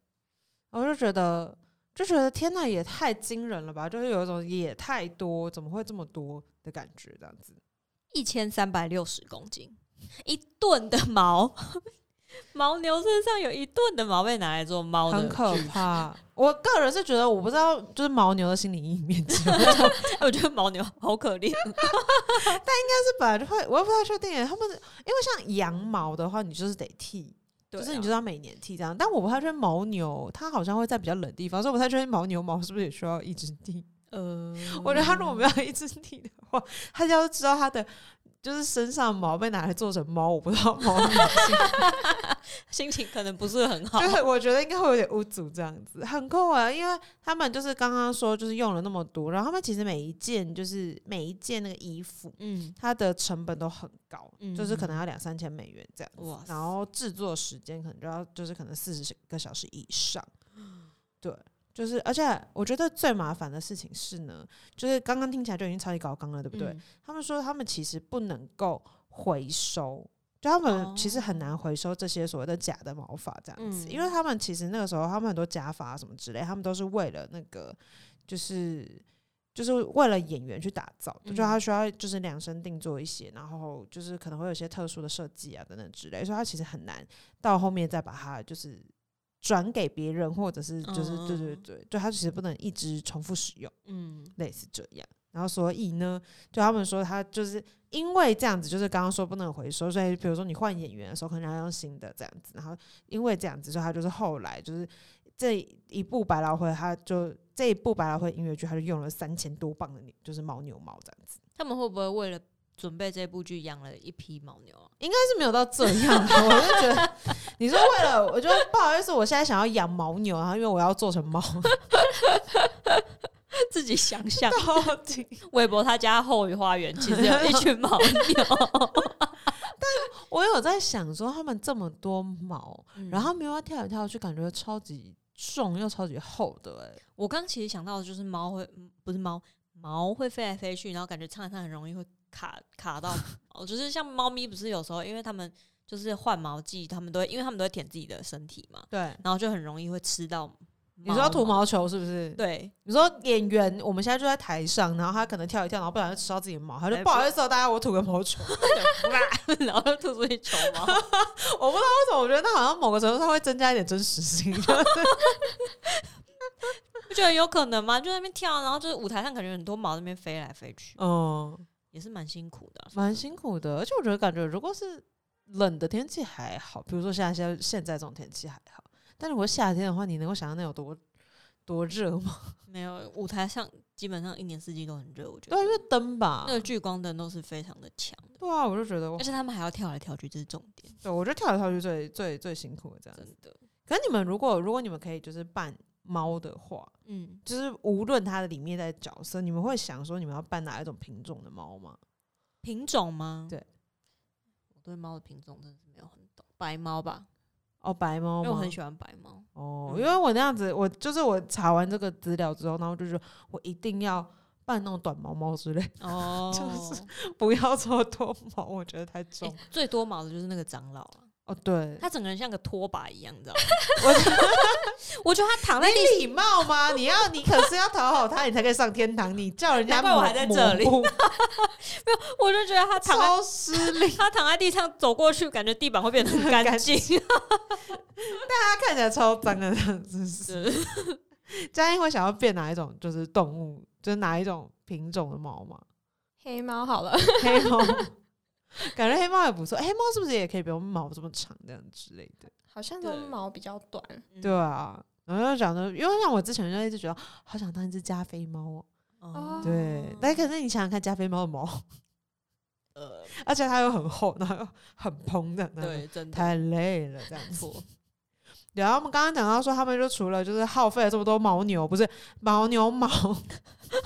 Speaker 1: 我就觉得就觉得天呐，也太惊人了吧！就是有一种也太多，怎么会这么多的感觉？这样子，
Speaker 2: 一千三百六十公斤，一吨的毛， 牦牛身上有一吨的毛被拿来做猫的
Speaker 1: 很
Speaker 2: 具，
Speaker 1: 可怕。我个人是觉得，我不知道，就是牦牛的心理阴影面 积，但是
Speaker 2: 我觉得牦牛好可怜，
Speaker 1: 本来就会，我也不太确定欸耶。他们因为像羊毛的话，你就是得剃，
Speaker 2: 对
Speaker 1: 就是
Speaker 2: 啊
Speaker 1: 你就是要每年剃这样。但我不太确定牦牛，它好像会在比较冷的地方，所以我不太确定牦牛毛是不是也需要一直剃。
Speaker 2: 呃，
Speaker 1: 我觉得它如果没
Speaker 2: 嗯
Speaker 1: 有一直剃的话，它就要知道它的就是身上毛被拿来做成猫，我不知道猫牛
Speaker 2: 心情可能不是很 好，
Speaker 1: 就是我觉得应该会有点污足这样子，很酷啊！因为他们就是刚刚说，就是用了那么多，然后他们其实每一件就是每一件那个衣服，
Speaker 2: 嗯，
Speaker 1: 它的成本都很高，
Speaker 2: 嗯
Speaker 1: 就是可能要两三千美元这样子，
Speaker 2: 哇
Speaker 1: 嗯然后制作时间可能就要就是可能四十个小时以上，
Speaker 2: 嗯
Speaker 1: 对。就是，而且我觉得最麻烦的事情是呢，就是刚刚听起来就已经超级高纲了，对不对？
Speaker 2: 嗯
Speaker 1: 他们说他们其实不能够回收，就他们
Speaker 2: 哦
Speaker 1: 其实很难回收这些所谓的假的毛发这样子，
Speaker 2: 嗯
Speaker 1: 因为他们其实那个时候他们很多假发啊什么之类，他们都是为了那个就是。就是为了演员去打造的，
Speaker 2: 嗯
Speaker 1: 就他需要就是量身定做一些，然后就是可能会有一些特殊的设计啊等等之类，所以他其实很难到后面再把它就是转给别人，或者是就是、
Speaker 2: 嗯
Speaker 1: 对对对，就他其实不能一直重复使用。
Speaker 2: 嗯，
Speaker 1: 类似这样。然后所以呢，就他们说他就是因为这样子，就是刚刚说不能回收，所以比如说你换演员的时候，可能要用新的这样子。然后因为这样子，所以他就是后来就是这一部百老汇，他就这一部百老汇音乐剧，他就用了三千多磅的牛，就是牦牛毛这样子。
Speaker 2: 他们会不会为了准备这部剧养了一批牦牛 啊？
Speaker 1: 应该是没有到这样 吧，我就觉得你说为了，我就不好意思，我现在想要养牦牛，然后因为我要做成猫，
Speaker 2: 自己想象，
Speaker 1: 到底
Speaker 2: 微博他家后花园其实有一群牦牛，
Speaker 1: 我有在想说他们这么多毛，
Speaker 2: 嗯
Speaker 1: 然后没有要跳来跳去，感觉超级重又超级厚的、欸，
Speaker 2: 我刚其实想到的就是猫会，嗯不是猫，毛会飞来飞去，然后感觉唱一唱很容易会卡 卡到毛，就是像猫咪不是有时候，因为它们就是换毛季，它们都会，因为它们都会舔自己的身体嘛，
Speaker 1: 对，
Speaker 2: 然后就很容易会吃到。
Speaker 1: 你说吐？毛球是不是？，
Speaker 2: 对，
Speaker 1: 你说演员，我们现在就在台上，然后他可能跳一跳，然后不小心吃到自己的毛，他就
Speaker 2: 哎
Speaker 1: 不好意思、哦，大家我吐个毛 球。
Speaker 2: 然后就吐出一 球毛，
Speaker 1: 我不知道为什么，我觉得那好像某个程度上会增加一点真实 性。
Speaker 2: 不觉得有可能吗？就在那边跳，啊然后就是舞台上感觉很多毛在那边飞来飞去，
Speaker 1: 嗯，
Speaker 2: 也是蛮辛苦的啊、
Speaker 1: 蛮辛苦的，而且我觉得感觉如果是冷的天气还好，比如说现在现在现在这种天气还好，但如果夏天的话，你能够想象那有多 多热吗？
Speaker 2: 没有舞台上基本上一年四季都很热，我觉得
Speaker 1: 对啊，因为灯吧
Speaker 2: 那，个聚光灯都是非常的强的，
Speaker 1: 对啊，我就觉得我
Speaker 2: 而，且他们还要跳来跳去，这是重点，
Speaker 1: 对我觉得跳来跳去最最最辛苦的这样子。
Speaker 2: 真的。
Speaker 1: 可是你们如果如果你们可以就是扮猫的话，
Speaker 2: 嗯，
Speaker 1: 就是无论它的里面的角色，你们会想说你们要扮哪一种品种的猫吗？
Speaker 2: 品种吗？
Speaker 1: 对，
Speaker 2: 我对猫的品种真的是没有很懂，白猫吧，
Speaker 1: 哦，白猫
Speaker 2: 因为我
Speaker 1: 吗？
Speaker 2: 很喜欢白猫。
Speaker 1: 哦，
Speaker 2: 嗯
Speaker 1: 因为我那样子，我就是我查完这个资料之后，然后就说我一定要扮那种短毛猫之类，
Speaker 2: 哦，
Speaker 1: 就是不要做多毛，我觉得太 重。
Speaker 2: 诶最多毛的就是那个长老啊，
Speaker 1: 哦， 对，
Speaker 2: 他整个人像个拖把一样，你知道 吗？
Speaker 1: 我
Speaker 2: 我觉得他躺在地
Speaker 1: 你礼貌吗？你要你可是要讨好他，你才可以上天堂。你叫人家
Speaker 2: 难怪我还在这里
Speaker 1: 抹 布
Speaker 2: 我就觉得他躺在
Speaker 1: 超失 礼。
Speaker 2: 他躺在地上走过去，感觉地板会变得很 干
Speaker 1: 干
Speaker 2: 净。
Speaker 1: 他看起来超脏的，真是。
Speaker 2: 对
Speaker 1: 嘉欣会想要变哪一种？就是动物，就是哪一种品种的猫 吗？
Speaker 3: 黑猫好了，
Speaker 1: 黑猫，感觉黑猫也不错。黑猫是不是也可以不用毛这么长，这样之类的？
Speaker 3: 好像都
Speaker 2: 对
Speaker 3: 毛比较短，
Speaker 2: 嗯
Speaker 1: 对啊，然后就讲的，因为像我之前就一直觉得好想当一只加菲猫哦。
Speaker 2: 哦
Speaker 1: 对，但可是你想想看，加菲猫的毛， 而且它又很厚，然后又很蓬的，然后
Speaker 2: 呃对，真的
Speaker 1: 太累了，这样子。
Speaker 2: 错。
Speaker 1: 然后我们刚刚讲到说，他们就除了就是耗费了这么多牦牛，不是牦牛 毛， 耗费了这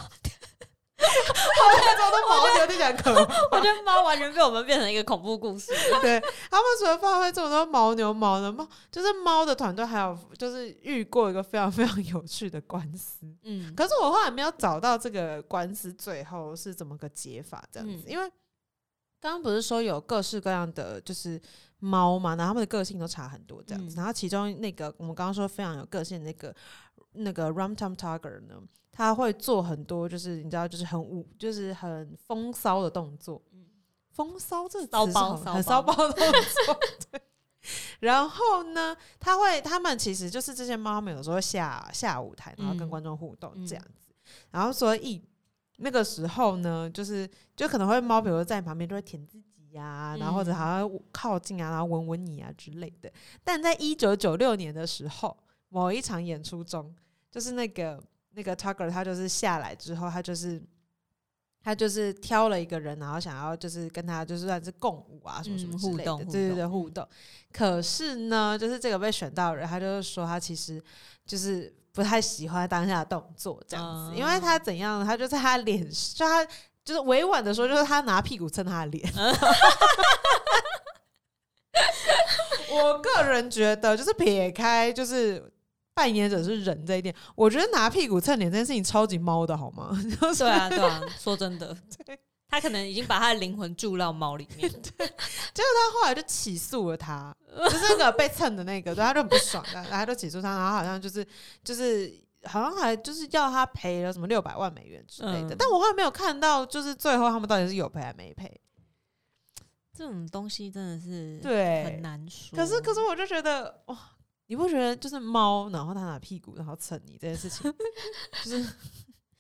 Speaker 1: 么多牦牛，就讲可恶
Speaker 2: 我觉得猫完全被我们变成一个恐怖故事。
Speaker 1: 对他们除了耗费这么多牦牛毛呢，猫就是猫的团队，还有就是遇过一个非常非常有趣的官司。
Speaker 2: 嗯，
Speaker 1: 可是我后来没有找到这个官司最后是怎么个解法，这样子，
Speaker 2: 嗯
Speaker 1: 因为刚刚不是说有各式各样的就是猫嘛，然后它们的个性都差很多这样子，
Speaker 2: 嗯
Speaker 1: 然后其中那个我们刚刚说非常有个性的那个那个 Rum Tum Tiger 呢，它会做很多就是你知道就是很舞就是很风骚的动作，
Speaker 2: 嗯
Speaker 1: 风骚这个词
Speaker 2: 骚
Speaker 1: 是
Speaker 2: 包
Speaker 1: 好
Speaker 2: 骚
Speaker 1: 很
Speaker 2: 包
Speaker 1: 骚包的动作，对。然后呢，它会，它们其实就是这些猫，它们有时候会下下舞台，然后跟
Speaker 2: 嗯
Speaker 1: 观众互动
Speaker 2: 嗯
Speaker 1: 这样子。然后所以那个时候呢，就是就可能会猫，比如说在你旁边就会舔自己呀、然后或者
Speaker 2: 嗯
Speaker 1: 好像靠近啊，然后闻闻你啊之类的。但在一九九六年的时候，某一场演出中，就是那个那个 Tucker 他就是下来之后，他就是。他就是挑了一个人，然后想要就是跟他就是算是共舞啊什么什么
Speaker 2: 嗯
Speaker 1: 之类的，
Speaker 2: 互动
Speaker 1: 对对对，
Speaker 2: 互动
Speaker 1: 互动。可是呢，就是这个被选到的人，他就是说他其实就是不太喜欢当下的动作这样子，
Speaker 2: 嗯
Speaker 1: 因为他怎样呢，他就在他脸，就他就是委婉的说，就是他拿屁股蹭他的脸。 我个人觉得，就是撇开就是扮演者是人这一点，我觉得拿屁股蹭脸这件事情超级猫的好吗？就是
Speaker 2: 对啊，对啊，说真的，他可能已经把他的灵魂注到猫里 面。
Speaker 1: 他后来就起诉了他，就是那个被蹭的那个，对，他就很不爽，然后他就起诉他，然后好像就是就是好像还就是要他赔了什么六百万美元之类的，
Speaker 2: 嗯
Speaker 1: 但我后来没有看到，就是最后他们到底是有赔还没赔，
Speaker 2: 这种东西真的是很
Speaker 1: 对。
Speaker 2: 难说。
Speaker 1: 可是可是我就觉得哇，你不觉得就是猫，然后它拿屁股然后蹭你这件事情， 就是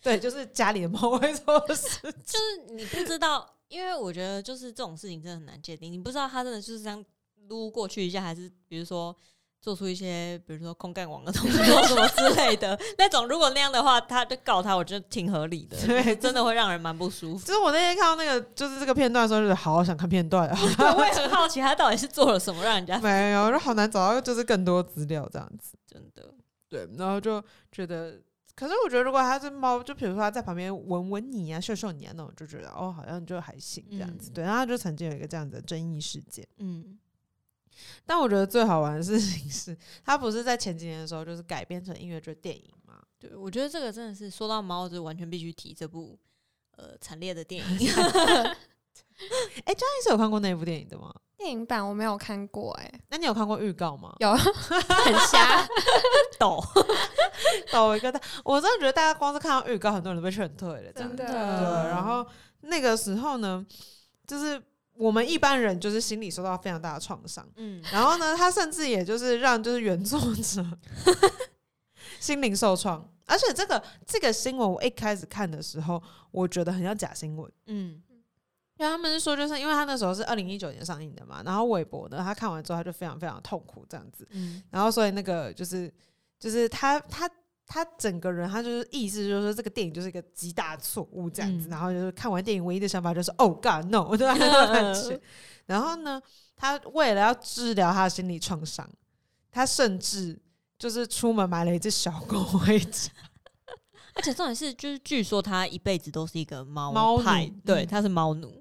Speaker 1: 对，就是家里的猫会做的事情，
Speaker 2: 就是你不知道，因为我觉得就是这种事情真的很难界定，你不知道他真的就是这样撸过去一下，还是比如说做出一些比如说空干网的动作什么之 类的那种。如果那样的话，他就告他，我觉得挺合理的，
Speaker 1: 对，
Speaker 2: 真的会让人蛮不 舒服。
Speaker 1: 就是我那天看到那个就是这个片段的时候，就是好想看片段啊。
Speaker 2: 我也很好奇他到底是做了什么，让人家
Speaker 1: 没有，就好难找到就是更多资料这样子。
Speaker 2: 真的
Speaker 1: 对，然后就觉得，可是我觉得如果它是猫，就比如说它在旁边闻闻你啊、嗅嗅你啊那种，就觉得哦，好像就还行这样子。
Speaker 2: 嗯
Speaker 1: 对，然后就曾经有一个这样子的争议事件。
Speaker 2: 嗯
Speaker 1: 但我觉得最好玩的事情是，它不是在前几年的时候就是改编成音乐剧电影嘛？
Speaker 2: 对，我觉得这个真的是说到猫，就完全必须提这部呃惨烈的电影。
Speaker 1: 那你是有看过那部电影的吗？
Speaker 3: 电影版我没有看过、哎，
Speaker 1: 那你有看过预告吗？
Speaker 3: 有很瞎，
Speaker 2: 抖，
Speaker 1: 抖一个大，我真的觉得大家光是看到预告，很多人都被劝退了，这样
Speaker 3: 真
Speaker 1: 子。
Speaker 3: 的
Speaker 2: 嗯
Speaker 1: 对，然后那个时候呢，就是我们一般人就是心理受到非常大的创伤，
Speaker 2: 嗯，
Speaker 1: 然后呢，他甚至也就是让就是原作者心灵受创，而且这个这个新闻我一开始看的时候，我觉得很像假新闻。
Speaker 2: 嗯，
Speaker 1: 因为他们是说，就是因为他那时候是二零一九年上映的嘛，然后韦伯呢，他看完之后他就非常非常痛苦这样子，
Speaker 2: 嗯，
Speaker 1: 然后所以那个就是就是他他他整个人他就是意思就是说这个电影就是一个极大的错误这样子，
Speaker 2: 嗯
Speaker 1: 然后就是看完电影唯一的想法就是 Oh God no，我就 那种感觉。然后呢，他为了要治疗他的心理创伤，他甚至就是出门买了一只小狗回家。
Speaker 2: 而且重点是，就是据说他一辈子都是一个猫
Speaker 1: 猫奴
Speaker 2: 派，对，
Speaker 1: 嗯
Speaker 2: 他是猫奴。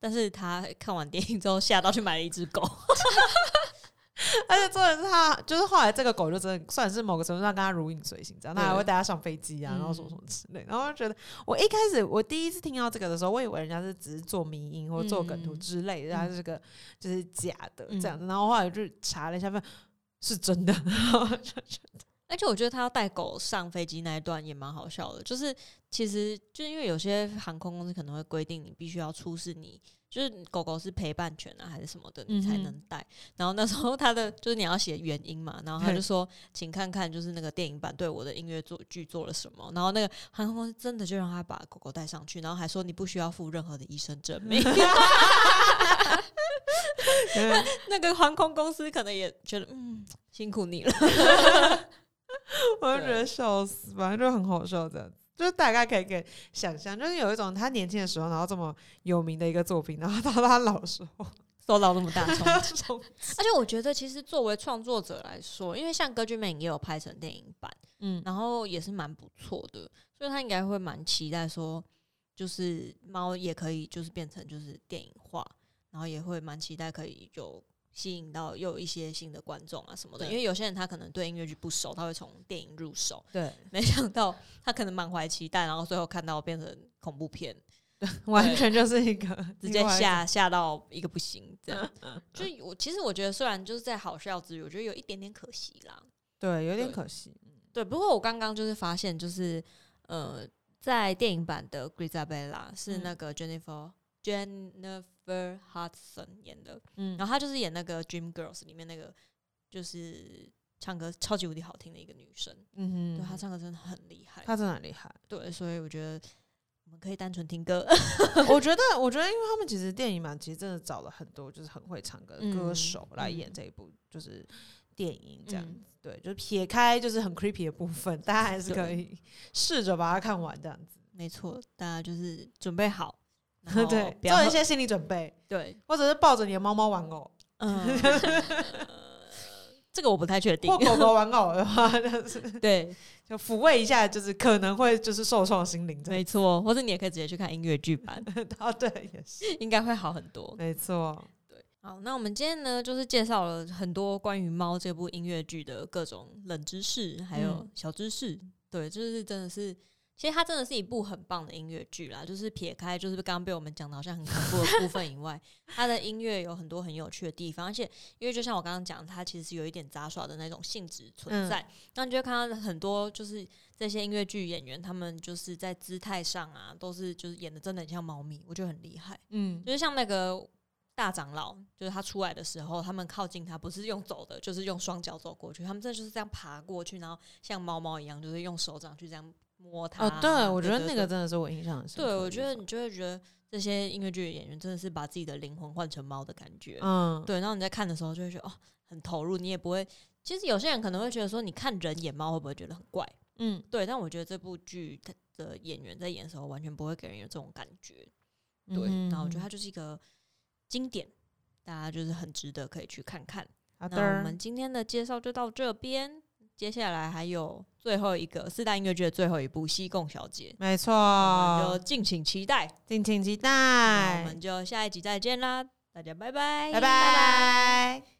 Speaker 2: 但是他看完电影之后，吓到去买了一只狗，
Speaker 1: 而且重点是他，就是后来这个狗就真的算是某个程度上跟他如影随形，这样他还
Speaker 2: 对
Speaker 1: 会带他上飞机啊，
Speaker 2: 嗯
Speaker 1: 然后什么什么之类。然后我就觉得，我一开始我第一次听到这个的时候，我以为人家是只是做迷音或做梗图
Speaker 2: 嗯
Speaker 1: 之类的，他是个就是假的
Speaker 2: 嗯
Speaker 1: 这样子。然后后来就查了一下，发现嗯是真 的。然后就觉得
Speaker 2: 而且我觉得他要带狗上飞机那一段也蛮好笑的，就是其实就因为有些航空公司可能会规定你必须要出示你就是狗狗是陪伴犬啊还是什么的，你才
Speaker 1: 嗯哼
Speaker 2: 能带。然后那时候他的就是你要写原因嘛，然后他
Speaker 1: 对
Speaker 2: 就说，请看看就是那个电影版对我的音乐作剧做了什么。然后那个航空公司真的就让他把狗狗带上去，然后还说你不需要付任何的医生证 明。
Speaker 1: 嗯
Speaker 2: 那个航空公司可能也觉得嗯辛苦你了，
Speaker 1: 我就觉得笑死，反正就很好笑这样子。就是大概可以给想象，就是有一种他年轻的时候，然后这么有名的一个作品，然后到他老的时候，
Speaker 2: 受到那么大冲击。
Speaker 1: 这种
Speaker 2: 而且我觉得，其实作为创作者来说，因为像《歌剧魅影》也有拍成电影版，
Speaker 1: 嗯
Speaker 2: 然后也是蛮不错的，所以他应该会蛮期待说，就是猫也可以就是变成就是电影化，然后也会蛮期待可以有吸引到又有一些新的观众啊什么的。
Speaker 1: 对
Speaker 2: 因为有些人他可能对音乐剧不熟，他会从电影入手，
Speaker 1: 对，
Speaker 2: 没想到他可能满怀期待，然后最后看到变成恐怖片，
Speaker 1: 完全就是一个
Speaker 2: 直接
Speaker 1: 另外一种
Speaker 2: 吓吓到一个不行，这样。就是我其实我觉得，虽然就是在好笑之余，我觉得有一点点可惜啦。
Speaker 1: 对，有点
Speaker 2: 对
Speaker 1: 可惜。
Speaker 2: 对，不过我刚刚就是发现，就是呃，在电影版的《Grisabella》是
Speaker 1: 嗯
Speaker 2: 那个 Jennifer、Jennifer Hudson 演的，
Speaker 1: 嗯
Speaker 2: 然后她就是演那个《Dream Girls》里面那个就是唱歌超级无敌好听的一个女生，
Speaker 1: 嗯
Speaker 2: 对她
Speaker 1: 哼，
Speaker 2: 唱歌真的很厉害。
Speaker 1: 他真的很厉害。
Speaker 2: 对，所以我觉得我们可以单纯听 歌。
Speaker 1: 我觉得，我觉得，因为他们其实电影嘛，其实真的找了很多就是很会唱歌的歌
Speaker 2: 嗯
Speaker 1: 手来演
Speaker 2: 嗯
Speaker 1: 这一部就是电影这样
Speaker 2: 嗯
Speaker 1: 子。对，就是撇开就是很 creepy 的部分，大家还是可
Speaker 2: 对
Speaker 1: 以试着把它看完这样子。
Speaker 2: 没错，大家就是准备好， 然后
Speaker 1: 对，
Speaker 2: 不要
Speaker 1: 做一些心理准备，
Speaker 2: 对
Speaker 1: 或者是抱着你的猫猫玩偶
Speaker 2: 嗯， 这个我不太确定
Speaker 1: 或。狗狗玩偶的话，就是
Speaker 2: 对，
Speaker 1: 就抚慰一下，就是可能会就是受创的心灵这样
Speaker 2: 没错，或者你也可以直接去看音乐剧版，
Speaker 1: 子。 哦，对，也是，
Speaker 2: 应该会好很多。
Speaker 1: 没错。
Speaker 2: 好，那我们今天呢，就是介绍了很多关于《猫》这部音乐剧的各种冷知识，还有
Speaker 1: 嗯
Speaker 2: 小知识。对，就是真的是，其实它真的是一部很棒的音乐剧啦。就是撇开就是刚刚被我们讲的好像很恐怖的部分以外， 它的音乐有很多很有趣的地方，而且因为就像我刚刚讲，它其实有一点杂耍的那种性质存
Speaker 1: 嗯
Speaker 2: 在。那、你就会看到很多就是这些音乐剧演员，他们就是在姿态上啊，都是就是演的真的很像猫咪，我觉得很厉害。
Speaker 1: 嗯，
Speaker 2: 就是像那个大长老，就是他出来的时候，他们靠近他不是用走的，就是用双脚走过去，他们真的就是这样爬过去，然后像猫猫一样，就是用手掌去这样摸它。
Speaker 1: 哦，
Speaker 2: 啊
Speaker 1: 对，我觉得那个
Speaker 2: 对，
Speaker 1: 真的是我印象很深
Speaker 2: 对
Speaker 1: 刻
Speaker 2: 对
Speaker 1: 的
Speaker 2: 我
Speaker 1: 地
Speaker 2: 觉得
Speaker 1: 方
Speaker 2: 你就会觉得这些音乐剧的演员真的是把自己的灵魂换成猫的感觉。
Speaker 1: 嗯，
Speaker 2: 对，然后你在看的时候就会觉得哦，很投入，你也不会。其实有些人可能会觉得说，你看人演猫会不会觉得很怪？
Speaker 1: 嗯，
Speaker 2: 对，但我觉得这部剧它的演员在演的时候，完全不会给人有这种感觉。对，
Speaker 1: 嗯
Speaker 2: 然后我觉得它
Speaker 1: 哼
Speaker 2: 就是一个经典，大家就是很值得可以去看看。
Speaker 1: 好的，
Speaker 2: 那我们今天的介绍就到这边，接下来还有最后一个四大音乐剧的最后一部《西贡小姐》，
Speaker 1: 没
Speaker 2: 我们
Speaker 1: 错
Speaker 2: 就，敬请期待。
Speaker 1: 敬请期
Speaker 2: 那我
Speaker 1: 待
Speaker 2: 们，就下一集再见啦，大家拜拜，
Speaker 1: 拜。拜。